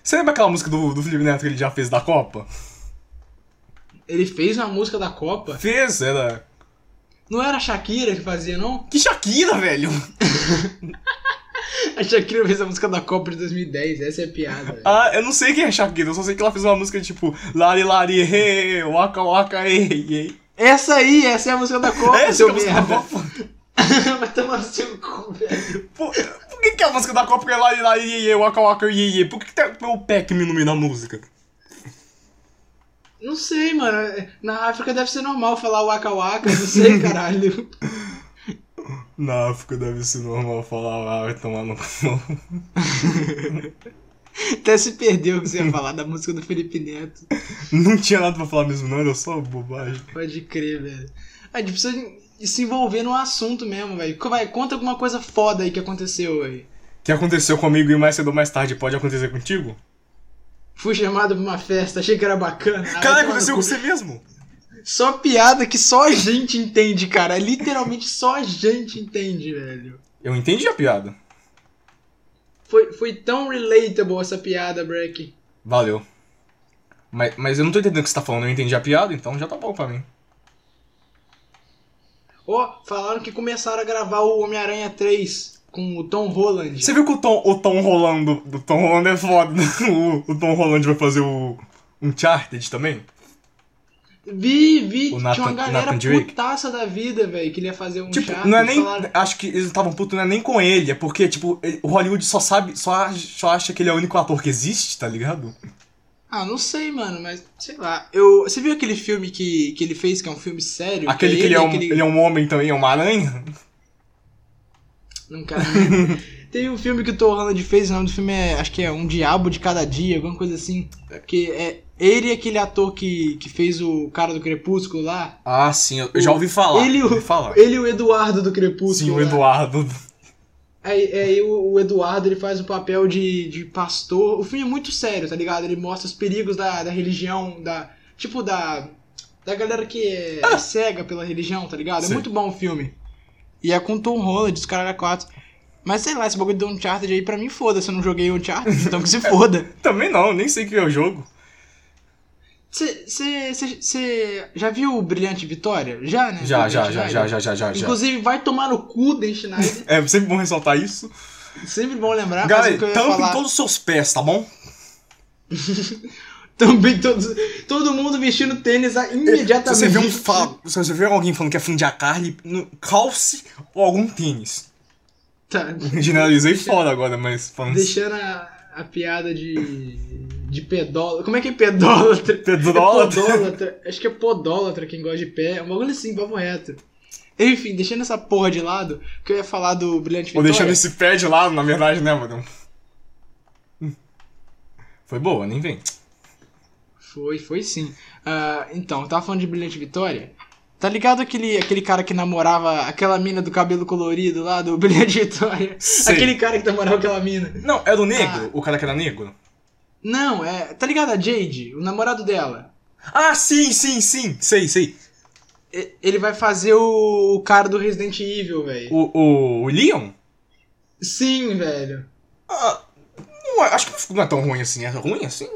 A: Você lembra aquela música do, do Felipe Neto que ele já fez da Copa?
B: Ele fez uma música da Copa?
A: Fez, era.
B: Não era a Shakira que fazia, não?
A: Que Shakira, velho!
B: A Shakira fez a música da Copa de 2010, essa é a piada. velho.
A: Ah, eu não sei quem é Shakira, eu só sei que ela fez uma música tipo Lari Lari, he, waka waka, he, he.
B: Essa aí, essa é a música da Copa,
A: Essa é
B: seu
A: a música da
B: merda.
A: Copa?
B: (laughs) Vai tomar no seu cu, velho.
A: Por, por que, que a música da Copa é Lari Lari, he, he, waka waka, he, he? Por que, que tem o Pac-Man no meio da música?
B: Não sei, mano. é, Na África deve ser normal falar waka waka, não
A: (laughs)
B: sei, caralho.
A: Na África deve ser normal falar, ah, vai tomar no cu. (laughs)
B: Até se perdeu o que você ia falar da música do Felipe Neto.
A: Não tinha nada pra falar mesmo, não, era só bobagem.
B: Pode crer, velho. A gente precisa de- se envolver no assunto mesmo, velho. Co- Vai, conta alguma coisa foda aí que aconteceu, velho.
A: que aconteceu comigo e mais cedo ou mais tarde pode acontecer contigo?
B: Fui chamado pra uma festa, achei que era bacana. Ah, vai
A: Caralho,
B: tomar
A: aconteceu com
B: no cu.
A: você mesmo?
B: Só piada que só a gente entende, cara. Literalmente só a gente entende, velho.
A: Eu entendi a piada.
B: Foi, foi tão relatable essa piada, Breck.
A: Valeu. Mas, mas eu não tô entendendo o que você tá falando, eu entendi a piada, então já tá bom pra mim.
B: Ó, falaram que começaram a gravar o Homem-Aranha 3 com o Tom Holland.
A: Você viu que o Tom, o Tom Rolando. O Tom Rolando é foda. (laughs) O, o Tom Rolando vai fazer o. Uncharted também?
B: Vi, vi,
A: O
B: tinha
A: Nathan-
B: uma galera
A: Nathan Drake?
B: putaça da vida, velho, que ele ia fazer um
A: tipo,
B: charter,
A: não é nem.
B: falaram-
A: Acho que eles estavam putos, não é nem com ele, é porque, tipo, ele- o Hollywood só sabe. Só, ach- só acha que ele é o único ator que existe, tá ligado?
B: Ah, não sei, mano, mas sei lá. Eu, você viu aquele filme que, que ele fez, que é um filme sério?
A: Aquele que ele é, um,
B: aquele-
A: ele é um homem também, é uma aranha? um-
B: Não, cara.
A: (laughs)
B: Teve um filme que o Tom Holland fez, o nome do filme é, acho que é Um Diabo de Cada Dia, alguma coisa assim. Que é ele e aquele ator que, que fez o cara do Crepúsculo lá.
A: Ah, sim, eu,
B: eu
A: já
B: já
A: ouvi falar.
B: ele e o-
A: ouvi falar.
B: Ele e o Eduardo do Crepúsculo.
A: Sim, o
B: lá.
A: Eduardo.
B: Aí, aí o, o Eduardo ele faz o papel de, de pastor. O filme é muito sério, tá ligado? Ele mostra os perigos da, da religião, da. Tipo, da. Da galera que é
A: Ah!
B: cega pela religião, tá ligado? É
A: Sei.
B: muito bom o filme. E é com Tom Holland, os caras quatro. Mas sei lá, esse bagulho do Uncharted aí pra mim foda-se, eu não joguei Uncharted, (laughs) então que se foda.
A: Também não, nem sei que é o jogo.
B: Você já viu o Brilhante Vitória? Já, né?
A: Já,
B: Do
A: já, já,
B: Dan
A: já, já,
B: Schneider?
A: já, já, já.
B: Inclusive, vai tomar no cu do Schneider.
A: É sempre bom ressaltar isso.
B: Sempre bom lembrar. Ah, mas
A: Galera,
B: o que eu ia
A: tampe
B: falar-
A: todos os seus pés, tá bom?
B: Também todos, todo mundo vestindo tênis a- imediatamente.
A: Se você vê um
B: né?
A: fa... Se você vê alguém falando que é fim de a carne, no- calce ou algum tênis. (laughs)
B: Tá,
A: Generalizei fora agora, mas falando
B: deixando a, a piada de. de pedólatra. Como é que é pedólatra?
A: Pedólatra?
B: É podólatra. Acho que é podólatra quem gosta de pé. É um bagulho assim, papo reto. Enfim, deixando essa porra de lado, que eu ia falar do Brilhante
A: Ou
B: Vitória.
A: deixando esse pé de lado, na verdade, né, mano? Hum. Foi boa, nem vem.
B: Foi, foi sim. Ah, então, eu tava falando de Brilhante Vitória. Tá ligado aquele, aquele cara que namorava aquela mina do cabelo colorido lá do Brilhante Vitória?
A: Sei.
B: Aquele cara que namorava aquela mina.
A: Não, era o
B: Ah.
A: negro? O cara que era negro?
B: Não, é. Tá ligado a Jade, o namorado dela?
A: Ah, sim, sim, sim. Sei, sei.
B: E- Ele vai fazer o, o cara do Resident Evil, velho.
A: O, o, o Leon?
B: Sim, velho.
A: Ah, não é- acho que não é tão ruim assim. É ruim assim?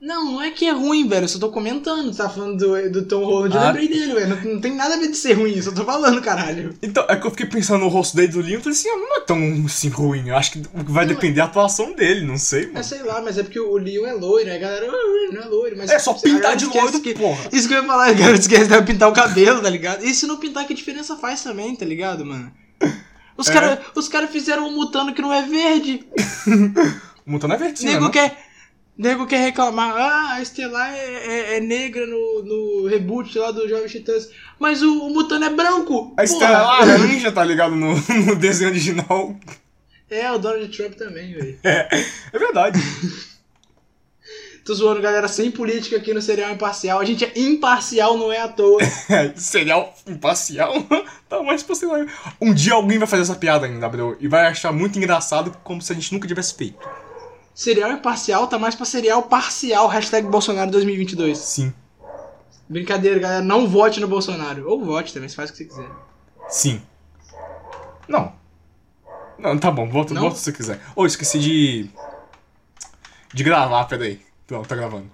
B: Não, não é que é ruim, velho. Eu só tô comentando. Você tá falando do, do Tom Holland. Eu
A: Ah.
B: lembrei dele, velho. Não, não tem nada a ver de ser ruim. Eu só tô falando, caralho.
A: Então, é que eu fiquei pensando no rosto dele do Liam, eu falei assim, ah, não é tão assim ruim. Eu acho que vai depender da atuação dele, não sei,
B: É,
A: mano.
B: sei lá, mas é porque o Leon é loiro. Aí a galera, "Ah, não é loiro. Mas
A: É só pintar
B: A galera
A: de
B: esquece
A: loiro,
B: que-
A: porra.
B: Isso que eu ia falar, a galera esquece de pintar o cabelo, tá ligado? E se não pintar, que diferença faz também, tá ligado, mano? Os
A: É.
B: caras cara fizeram um mutano que não é verde.
A: Mutando é verdinha,
B: nego,
A: né?
B: quer, nego quer reclamar. Ah, a Estelar é, é- é negra no, no reboot lá do Jovem Titãs. Mas o, o mutano é branco.
A: A Estela
B: porra.
A: é laranja, tá ligado? No, (laughs) no desenho original.
B: É, o Donald Trump também, velho.
A: É verdade. (laughs)
B: Tô zoando, galera, sem política aqui no Serial Imparcial. A gente é imparcial, não é à toa.
A: É, Serial imparcial? (laughs) tá mais pra sei lá. Um dia alguém vai fazer essa piada ainda, Abreu, e vai achar muito engraçado como se a gente nunca tivesse feito.
B: Serial Imparcial tá mais pra Serial Parcial. Hashtag Bolsonaro 2022.
A: Sim,
B: Brincadeira, galera. Não vote no Bolsonaro. Ou vote também, você faz o que você quiser.
A: sim. Não. Não, tá bom, volta,
B: Não?
A: volta se você quiser. Ô, esqueci de. de gravar, peraí. Não, tá gravando.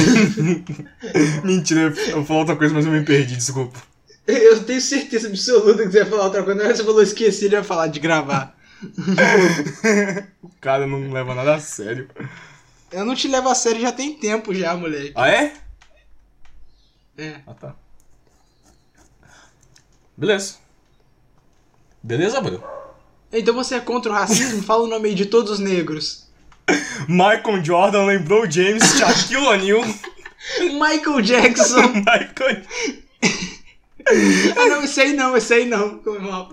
A: (laughs) Mentira, eu falo outra coisa, mas eu me perdi, desculpa.
B: Eu tenho certeza absoluta que você ia falar outra coisa. Na hora que você falou esqueci, ele ia falar de gravar.
A: O cara não leva nada a sério.
B: Eu não te levo a sério já tem tempo já, moleque.
A: Ah, é?
B: É.
A: Ah, tá. Beleza. Beleza, Bruno?
B: Então você é contra o racismo? Fala o nome aí de todos os negros.
A: Michael Jordan lembrou James, Shaquille O'Neal, (laughs)
B: Michael Jackson.
A: Michael...
B: ah, não, esse aí não, esse aí não. Foi mal.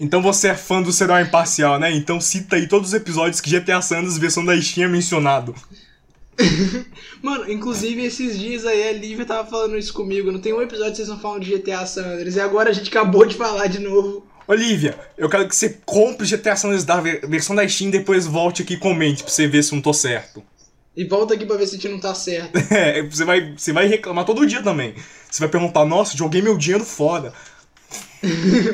A: Então você é fã do Serial Imparcial, né? Então cita aí todos os episódios que GTA Sanders versão da Steam é mencionado.
B: Mano, inclusive esses dias aí a Lívia tava falando isso comigo. Não tem um episódio que vocês não falam de GTA San Andreas. E agora a gente acabou de falar de novo.
A: Olivia, eu quero que você compre o GTA Sanders da ver- versão da Steam e depois volte aqui e comente pra você ver se eu não tô certo. (laughs)
B: E volta aqui pra ver se a gente não tá certo. (laughs)
A: É, você vai, você vai reclamar todo dia também. Você vai perguntar, nossa, joguei meu dinheiro fora.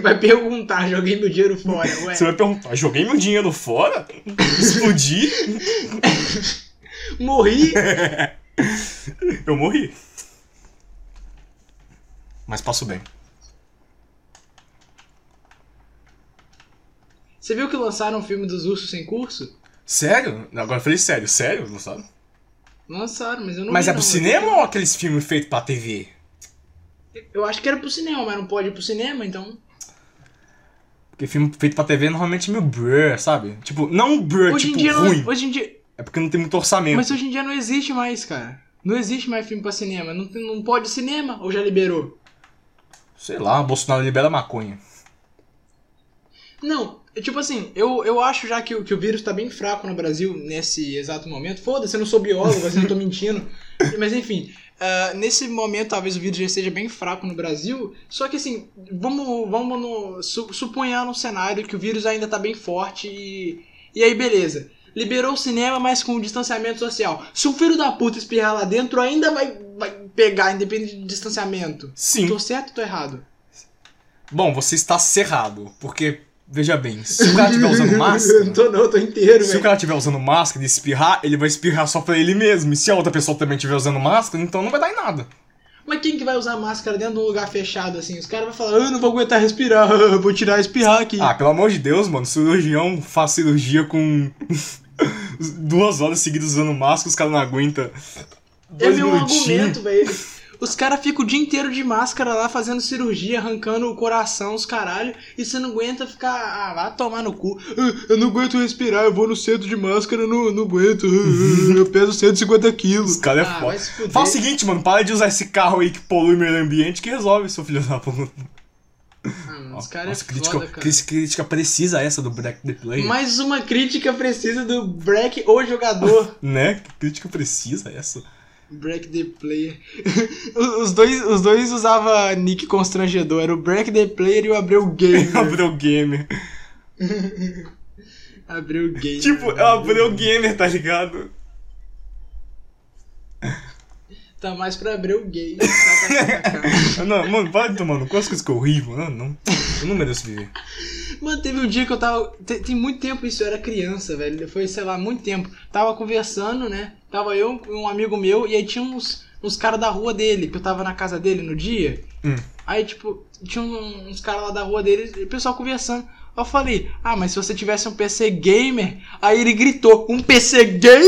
B: Vai perguntar, joguei meu dinheiro fora, ué.
A: Você vai perguntar, joguei meu dinheiro fora? Explodi? (laughs)
B: Morri?
A: Eu morri. Mas passo bem.
B: Você viu que lançaram um filme dos ursos sem curso?
A: Sério? Agora eu falei sério, sério, não sabe?
B: Lançaram, mas eu não
A: Mas
B: vi,
A: é pro
B: não.
A: cinema ou aqueles filmes feitos pra TV?
B: Eu acho que era pro cinema, mas não pode ir pro cinema, então.
A: Porque filme feito pra TV normalmente é meio brr, sabe? Tipo, não brr,
B: hoje
A: tipo,
B: em dia
A: ruim.
B: não. Hoje em dia.
A: É porque não tem muito orçamento.
B: Mas hoje em dia não existe mais, cara. Não existe mais filme pra cinema. Não, tem- não pode cinema ou já liberou?
A: Sei lá, Bolsonaro libera maconha.
B: Não, é tipo assim, eu, eu acho já que, o- que o vírus tá bem fraco no Brasil nesse exato momento. Foda-se, eu não sou biólogo, assim, eu
A: (laughs)
B: tô mentindo. Mas enfim, ah, nesse momento talvez o vírus já esteja bem fraco no Brasil. Só que assim, vamos, vamos no, su, suponhar um cenário que o vírus ainda tá bem forte e. E aí, beleza. Liberou o cinema, mas com distanciamento social. Se o filho da puta espirrar lá dentro, ainda vai, vai pegar, independente de distanciamento.
A: Sim.
B: Tô certo ou tô errado?
A: Bom, você está cerrado. Porque, veja bem, se o cara estiver usando
B: (laughs)
A: máscara.
B: tô não, tô inteiro,
A: Se o
B: velho.
A: cara estiver usando máscara e espirrar, ele vai espirrar só pra ele mesmo. E se a outra pessoa também estiver usando máscara, então não vai dar em nada.
B: Mas quem que vai usar máscara dentro de um lugar fechado assim? Os caras vão falar, eu não vou aguentar respirar, (laughs) eu vou tirar e espirrar aqui.
A: Ah, pelo amor de Deus, mano, cirurgião faz cirurgia com (laughs) duas horas seguidas usando máscara, os caras não aguentam.
B: é
A: Dois
B: meu
A: minutinhos.
B: argumento, velho. Os caras ficam o dia inteiro de máscara lá fazendo cirurgia, arrancando o coração, os caralho, e você não aguenta ficar. Ah, vá tomar no cu. Ah, Eu não aguento respirar, eu vou no centro de máscara, eu não, não aguento. Ah, Eu peso 150 quilos.
A: Os caras Uhum. é
B: ah,
A: foda.
B: vai se fuder.
A: Fala o seguinte, mano, para de usar esse carro aí que polui o meio ambiente que resolve, seu filho da puta.
B: Ah, mano, os
A: Nossa,
B: caras é
A: crítica,
B: foda, cara.
A: crítica- crítica precisa essa do Black the Player.
B: Mais uma crítica precisa do break ou jogador.
A: Né? Que crítica precisa essa?
B: Break the (laughs) Player. os, dois, os dois usava nick constrangedor. Era o Break the Player e o Abreu Gamer.
A: Abreu Gamer.
B: Abreu Gamer.
A: Tipo, é o Abreu Gamer, tá ligado?
B: Tá mais pra Abreu Gay. Kkkkk. tá, (laughs)
A: Ah, Não, mano, para de tomar no cu, as coisas que eu rio, mano. Não, eu não mereço é viver.
B: Mano, teve um dia que eu tava. Tem, tem muito tempo isso, eu era criança, velho. Foi, sei lá, muito tempo. Tava conversando, né? Tava eu e um amigo meu, e aí tinha uns, uns caras da rua dele, que eu tava na casa dele no dia.
A: Hum.
B: Aí, tipo, tinha um- uns caras lá da rua dele, e o pessoal conversando. Eu falei, ah, mas se você tivesse um PC gamer. Aí ele gritou, um PC gay?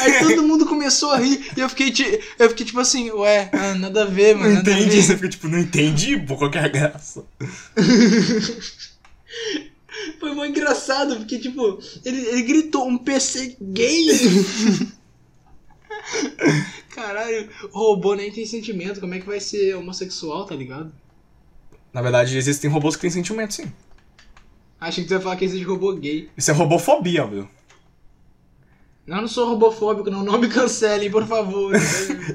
B: Aí todo mundo começou a rir. E eu fiquei, ti- eu fiquei tipo assim, ué, ah, nada a ver,
A: Não
B: mano. nada a ver.
A: entendi. Você fica tipo, não entendi, pô, qual que é a graça?
B: Foi muito engraçado, porque, tipo, ele, ele gritou um PC gay. (laughs) Caralho, robô nem tem sentimento, como é que vai ser homossexual, tá ligado?
A: Na verdade, existem robôs que têm sentimento, sim.
B: Achei que tu ia falar que existe robô gay.
A: Isso é robofobia, viu?
B: Não, eu não sou robofóbico, não, não me cancelem, por (laughs) favor.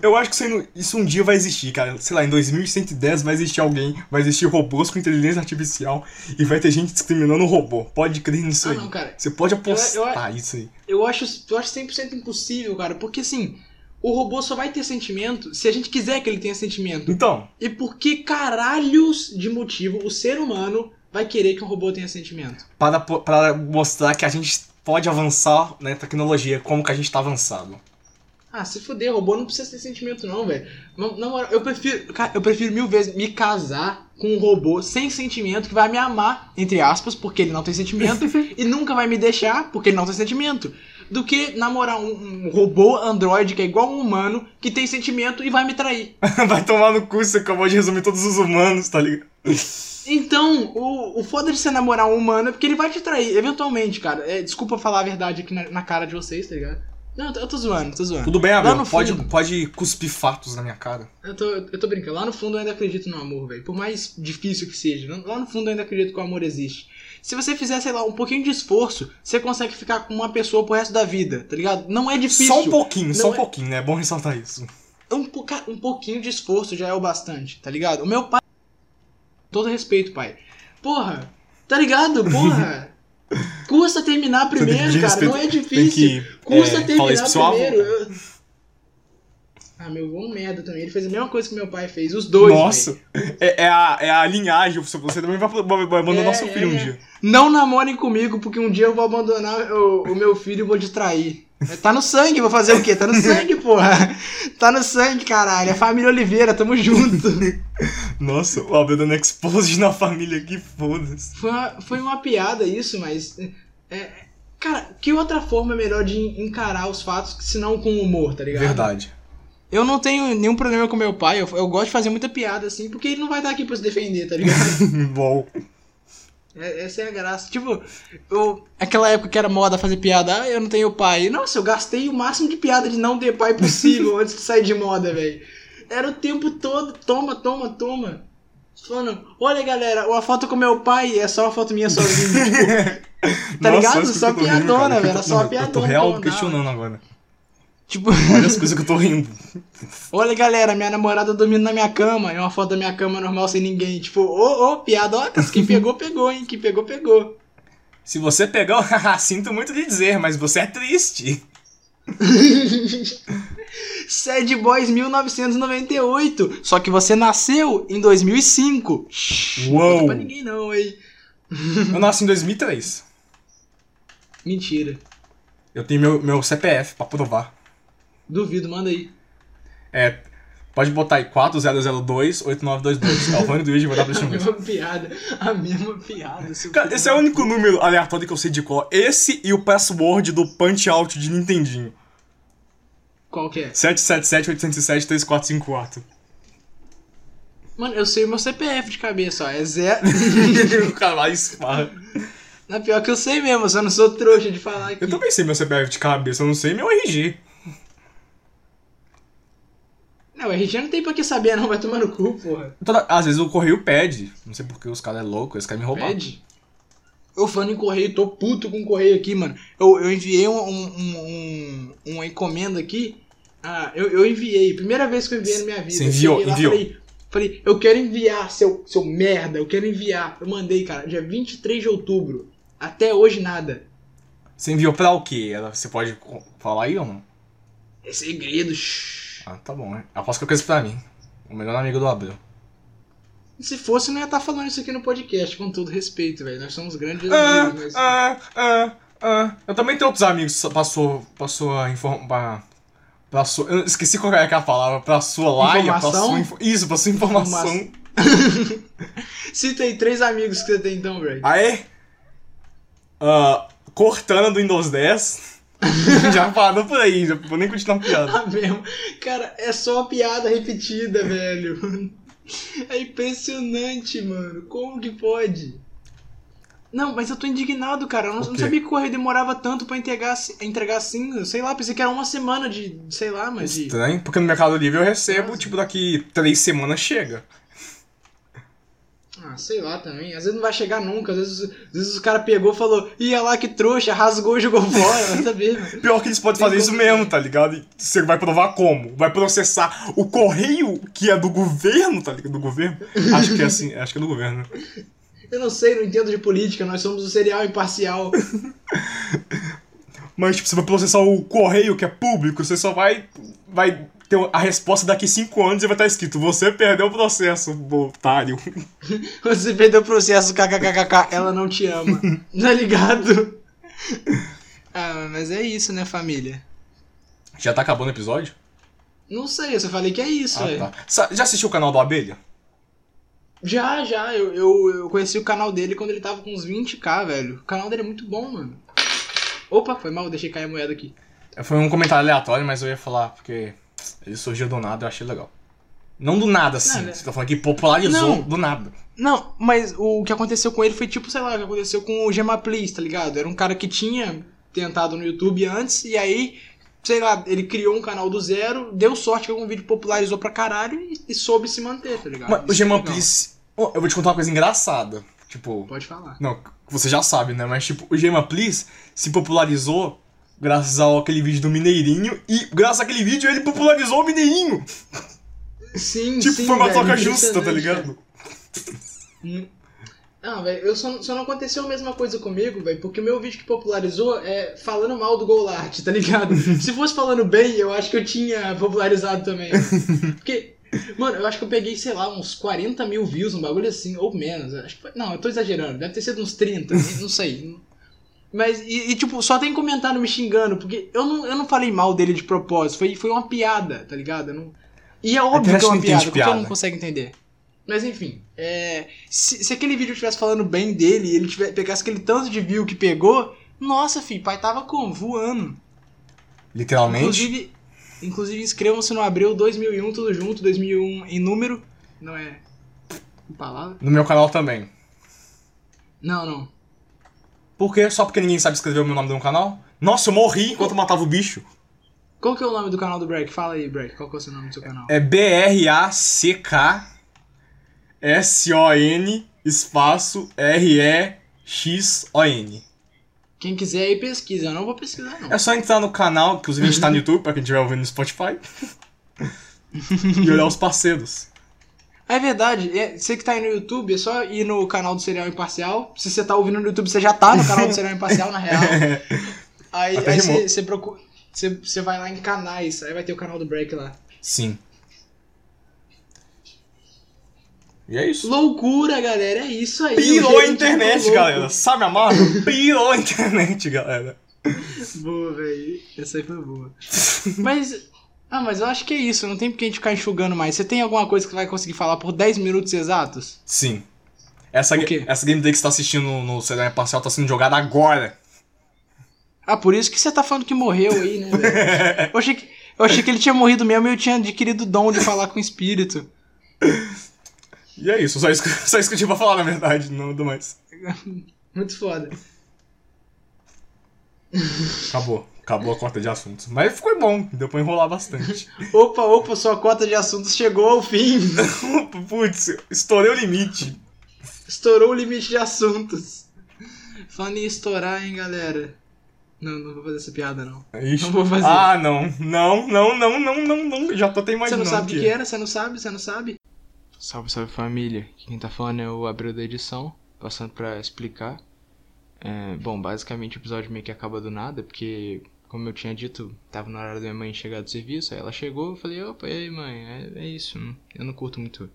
A: Eu acho que isso, aí não- isso um dia vai existir, cara. Sei lá, em 2110 vai existir alguém, vai existir robôs com inteligência artificial e vai ter gente discriminando o robô. Pode crer nisso
B: ah,
A: aí.
B: não, cara,
A: Você pode apostar isso aí.
B: eu acho, eu acho 100% impossível, cara, porque assim, o robô só vai ter sentimento se a gente quiser que ele tenha sentimento.
A: Então,
B: E por que caralhos de motivo o ser humano vai querer que um robô tenha sentimento?
A: para, po- para mostrar que a gente pode avançar na tecnologia, como que a gente tá avançado. (laughs)
B: Ah, se fuder, robô não precisa ter sentimento não, velho. Na na moral, eu prefiro, cara, eu prefiro mil vezes me casar com um robô sem sentimento que vai me amar, entre aspas, porque ele não tem sentimento, e nunca vai me deixar, porque ele não tem sentimento, do que namorar um, um robô androide que é igual um humano, que tem sentimento e vai me trair.
A: vai tomar no cu, você acabou de resumir todos os humanos, tá ligado?
B: Então, o, o foda de você namorar um humano é porque ele vai te trair, eventualmente, cara. É, desculpa falar a verdade aqui na, na cara de vocês, tá ligado? Não, eu tô, eu tô zoando, tô zoando.
A: Tudo bem,
B: Lá
A: Abel,
B: no
A: pode,
B: fundo.
A: pode cuspir fatos na minha cara.
B: Eu tô, eu tô brincando. Lá no fundo eu ainda acredito no amor, velho. Por mais difícil que seja. né? Lá no fundo eu ainda acredito que o amor existe. Se você fizer, sei lá, um pouquinho de esforço, você consegue ficar com uma pessoa pro resto da vida, tá ligado? Não é difícil.
A: Só um pouquinho, só
B: Não
A: um
B: é-
A: pouquinho, né? É bom ressaltar isso.
B: um, pouca- um pouquinho de esforço já é o bastante, tá ligado? O meu pai. Todo respeito, pai. Porra, tá ligado?
A: (laughs)
B: Porra! Custa terminar
A: tem que
B: primeiro,
A: pedir
B: cara.
A: respeito.
B: Não é
A: Tem
B: difícil.
A: que
B: Custa
A: é, falar isso
B: terminar
A: pro seu avô.
B: primeiro. Eu- Ah, meu avô é um merda também. Ele fez a mesma coisa que meu pai fez. Os dois. velho.
A: Nossa, é, é a, é a linhagem, você você também vai, vai, vai abandonar
B: É,
A: seu filho
B: é,
A: um
B: é.
A: dia.
B: Não namorem comigo, porque um dia eu vou abandonar o, o meu filho e vou te trair. Tá no sangue, vou fazer o quê? Tá no sangue, porra. Tá no sangue, caralho. É família Oliveira, tamo junto.
A: Nossa, o Abel dando expose na família, que foda-se.
B: Foi uma, foi uma piada isso, mas. é, cara, que outra forma é melhor de encarar os fatos que senão com humor, tá ligado?
A: Verdade.
B: Eu não tenho nenhum problema com meu pai, eu, eu gosto de fazer muita piada assim, porque ele não vai estar aqui pra se defender, tá ligado?
A: (laughs) Bom,
B: Tá É- Essa é a graça. Tipo, eu, aquela época que era moda fazer piada, ah, eu não tenho pai. Nossa, eu gastei o máximo de piada de não ter pai possível antes de sair de moda, velho. Era o tempo todo, toma, toma, toma. Falando, olha galera, uma foto com meu pai é só uma foto minha sozinho. Tá ligado?
A: isso que
B: Só
A: eu tô rindo,
B: piadona,
A: cara, que
B: velho,
A: eu tô-
B: só
A: Eu tô
B: piadona,
A: real
B: não dá,
A: questionando agora.
B: tipo,
A: Olha as coisas que eu tô rindo.
B: olha galera, minha namorada dormindo na minha cama. É uma foto da minha cama normal sem ninguém. Tipo, ô, ô, piada, ó, quem pegou, pegou, hein? Quem pegou, pegou.
A: Se você pegar, (laughs) haha, sinto muito lhe dizer, mas você é triste.
B: (laughs) Sad Boys 1998. Só que você nasceu em 2005. Shhh, Não
A: Uou.
B: conta pra ninguém não, hein?
A: Eu nasci em 2003.
B: Mentira.
A: Eu tenho meu, meu CPF pra provar.
B: Duvido, manda aí.
A: É, pode botar aí 4002-8922. É o Rony do Luigi, vou dar pra
B: A
A: esse número.
B: mesma piada. A mesma piada. seu
A: Cara,
B: filho
A: Uhum. esse é o único número aleatório que eu sei de qual. Esse e o password do Punch Out de Nintendinho.
B: da- Qual que é?
A: 777-807-3454.
B: Mano, eu sei o meu CPF de cabeça, ó. É (laughs) zero.
A: (laughs) o cara lá esparra.
B: Na pior que eu sei mesmo, eu só não sou trouxa de falar aqui.
A: Eu também sei meu CPF de cabeça, eu não sei meu RG.
B: Não, a gente não tem pra que saber, não. Vai tomar no cu, porra.
A: Toda- Às vezes o correio pede. Não sei porque os caras é louco, eles querem me roubar.
B: Pede? Eu falando em correio, tô puto com o correio aqui, mano. Eu, eu enviei um, um- um- um- uma encomenda aqui. Ah, eu, eu enviei. Primeira vez que eu enviei na minha vida.
A: Você enviou,
B: Eu cheguei
A: enviou.
B: Falei, falei, eu quero enviar, seu, seu merda. Eu quero enviar. Eu mandei, cara, dia 23 de outubro. Até hoje, nada.
A: Você enviou pra o quê? Ela- Você pode co- falar aí ou não?
B: É segredo. shh.
A: é Ah, tá bom, né? Aposto que eu conheço pra mim. O melhor amigo do Abreu.
B: Se fosse, não ia estar falando isso aqui no podcast, com todo respeito, velho. Nós somos grandes
A: Ah,
B: amigos, mas.
A: ah, ah, ah. Eu também tenho outros amigos que passou, passou a inform... pra- pra sua- eu esqueci qual era a palavra, pra sua laia, pra
B: Informação?
A: sua info- Isso, pra sua informação.
B: Informa- Cita aí três amigos que você tem então, velho.
A: Aí, ah, Cortana do Windows 10, (laughs) já parou por aí, já vou nem continuar a piada.
B: Ah, mesmo. Cara, é só uma piada repetida, velho. É impressionante, mano. Como que pode? Não, mas eu tô indignado, cara. Eu não,
A: O
B: não
A: quê?
B: sabia que o correio demorava tanto pra entregar, ci- entregar cinza. Sei lá, pensei que era uma semana de. Sei lá, mas. De...
A: Estranho, porque no Mercado Livre eu recebo,
B: Nossa.
A: tipo, daqui três semanas chega.
B: Ah, sei lá também. Às vezes não vai chegar nunca. Às vezes, às vezes os caras pegou e falou, ia lá que trouxa, rasgou e jogou fora. (laughs) Vai saber, mano.
A: Pior que eles podem
B: Tem
A: fazer isso
B: como
A: mesmo,
B: ver.
A: tá ligado? E você vai provar como? Vai processar o correio que é do governo, tá ligado? Do governo? Acho que é assim, acho que é do governo. né?
B: Eu não sei, não entendo de política. Nós somos um serial imparcial.
A: Mas, tipo, você vai processar o correio que é público, você só vai. vai ter a resposta daqui cinco anos e vai estar escrito: Você perdeu o processo, otário.
B: Você perdeu o processo, kkkk, ela não te (laughs) ama. Tá ligado? Ah, mas é isso, né, família?
A: Já tá acabando o episódio?
B: Não sei, eu só falei que é isso, velho.
A: Ah, tá. Sa- Já assistiu o canal do Abelha?
B: Já, já, eu, eu, eu conheci o canal dele quando ele tava com uns 20k, velho. O canal dele é muito bom, mano. Opa, foi mal, deixei cair a moeda aqui.
A: Foi um comentário aleatório, mas eu ia falar, porque ele surgiu do nada, eu achei legal. Não do nada, assim.
B: Não, né?
A: Você tá falando que popularizou
B: Não.
A: do nada.
B: Não, mas o que aconteceu com ele foi tipo, sei lá, o que aconteceu com o Gemaplis, tá ligado? Era um cara que tinha tentado no YouTube antes, e aí, sei lá, ele criou um canal do zero, deu sorte que algum vídeo popularizou pra caralho e, e soube se manter, tá ligado?
A: Mas o
B: Isso é
A: Geman
B: legal.
A: Please. Ó, Eu vou te contar uma coisa engraçada. Tipo.
B: Pode falar.
A: Não, você já sabe, né? Mas tipo, o Geman Please se popularizou graças ao aquele vídeo do Mineirinho. E graças àquele vídeo ele popularizou o Mineirinho.
B: Sim,
A: tipo,
B: sim,
A: foi uma
B: velho, é.
A: troca justa, tá
B: impressionante,
A: ligado?
B: Hum. Ah, velho, eu só, só né? não aconteceu a mesma coisa comigo, velho, porque o meu vídeo que popularizou é falando mal do Golart, tá ligado? Se fosse falando bem, eu acho que eu tinha popularizado também. Porque, mano, eu acho que eu peguei, sei lá, uns 40 mil views, um bagulho assim, ou menos. Acho que foi- não, eu tô exagerando, deve ter sido uns 30, não sei. Mas, e, e, tipo, só tem comentário me xingando, porque eu não, eu não falei mal dele de propósito, foi, foi uma piada, tá ligado? Eu não- E é óbvio
A: internet
B: que é
A: não
B: uma
A: entende
B: piada, porque eu não
A: piada.
B: consegue entender. Mas enfim, é, se, se aquele vídeo estivesse falando bem dele e ele tiver, pegasse aquele tanto de view que pegou, nossa, filho, pai tava como? Voando.
A: Literalmente.
B: Inclusive, inclusive inscrevam-se no Abril 2001, tudo junto, 2001 em número, não é palavra?
A: No meu canal também.
B: Não, não.
A: Por quê? Só porque ninguém sabe escrever o meu nome no canal? Nossa, eu morri enquanto eu matava o bicho.
B: Qual que é o nome do canal do Breck? Fala aí, Breck, qual que é o seu nome do seu canal?
A: É B-R-A-C-K S-O-N espaço R-E-X-O-N.
B: Quem quiser aí pesquisa, eu não vou pesquisar não.
A: É só entrar no canal, inclusive a gente
B: (laughs)
A: tá no YouTube, pra quem estiver ouvindo no Spotify. (laughs) e olhar os parceiros.
B: Ah, É verdade, é, você que tá aí no YouTube, é só ir no canal do Serial Imparcial. Se você tá ouvindo no YouTube, você já tá no (laughs) canal do Serial Imparcial, na real. Aí
A: Até
B: aí
A: rimou.
B: você você procura. Você você vai lá em canais, aí vai ter o canal do Break lá.
A: (laughs) Sim. E é isso.
B: Loucura, galera, é isso aí.
A: Pirou a
B: Gente,
A: internet,
B: louco.
A: galera. Sabe a Marvel? Pirou a internet, galera.
B: Boa, velho. Essa aí foi boa. (laughs) mas. Ah, mas eu acho que é isso, não tem porque a gente ficar enxugando mais. Você tem alguma coisa que vai conseguir falar por 10 minutos exatos?
A: Sim. Essa,
B: O
A: ga-
B: quê?
A: essa gameplay que você tá assistindo no, no Serial Imparcial tá sendo jogada agora.
B: Ah, por isso que você tá falando que morreu aí, né, (laughs) velho? Eu achei que, eu achei que ele tinha morrido mesmo e eu tinha adquirido o dom de falar com o espírito.
A: E é isso. Só isso, que, (laughs) só isso que eu tinha pra falar, na verdade. Não do mais.
B: Muito foda.
A: Acabou. Acabou a cota de assuntos. Mas ficou bom. Deu pra enrolar bastante. (laughs)
B: Opa, opa, sua cota de assuntos chegou ao (laughs) fim.
A: Putz, estourei o limite.
B: Estourou o limite de assuntos. Falando em estourar, hein, galera. Não, não vou fazer essa piada, não.
A: Ixi.
B: Não vou fazer.
A: Ah, não. Não, não, não, não, não, não. Já tô até
B: Você
A: imaginando.
B: não sabe o que, é?
A: que
B: que era? Você não sabe? Você não sabe? Salve, salve família. Quem tá falando é o Abril da edição, passando pra explicar. É, bom, basicamente o episódio meio que acaba do nada, porque, como eu tinha dito, tava na hora da minha mãe chegar do serviço, aí ela chegou, eu falei, opa, e aí mãe, é, é isso, eu não hum, curto muito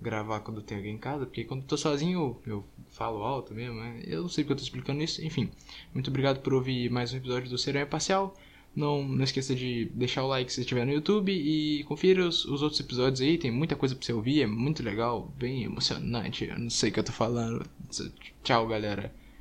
B: gravar quando tem alguém em casa, porque quando eu tô sozinho eu, eu falo alto mesmo, né? Eu não sei porque eu tô explicando isso, enfim. Muito obrigado por ouvir mais um episódio do Serão Parcial. Não, não esqueça de deixar o like se estiver no YouTube e confira os, os outros episódios aí, tem muita coisa pra você ouvir, é muito legal, bem emocionante, eu não sei o que eu tô falando. Tchau, galera.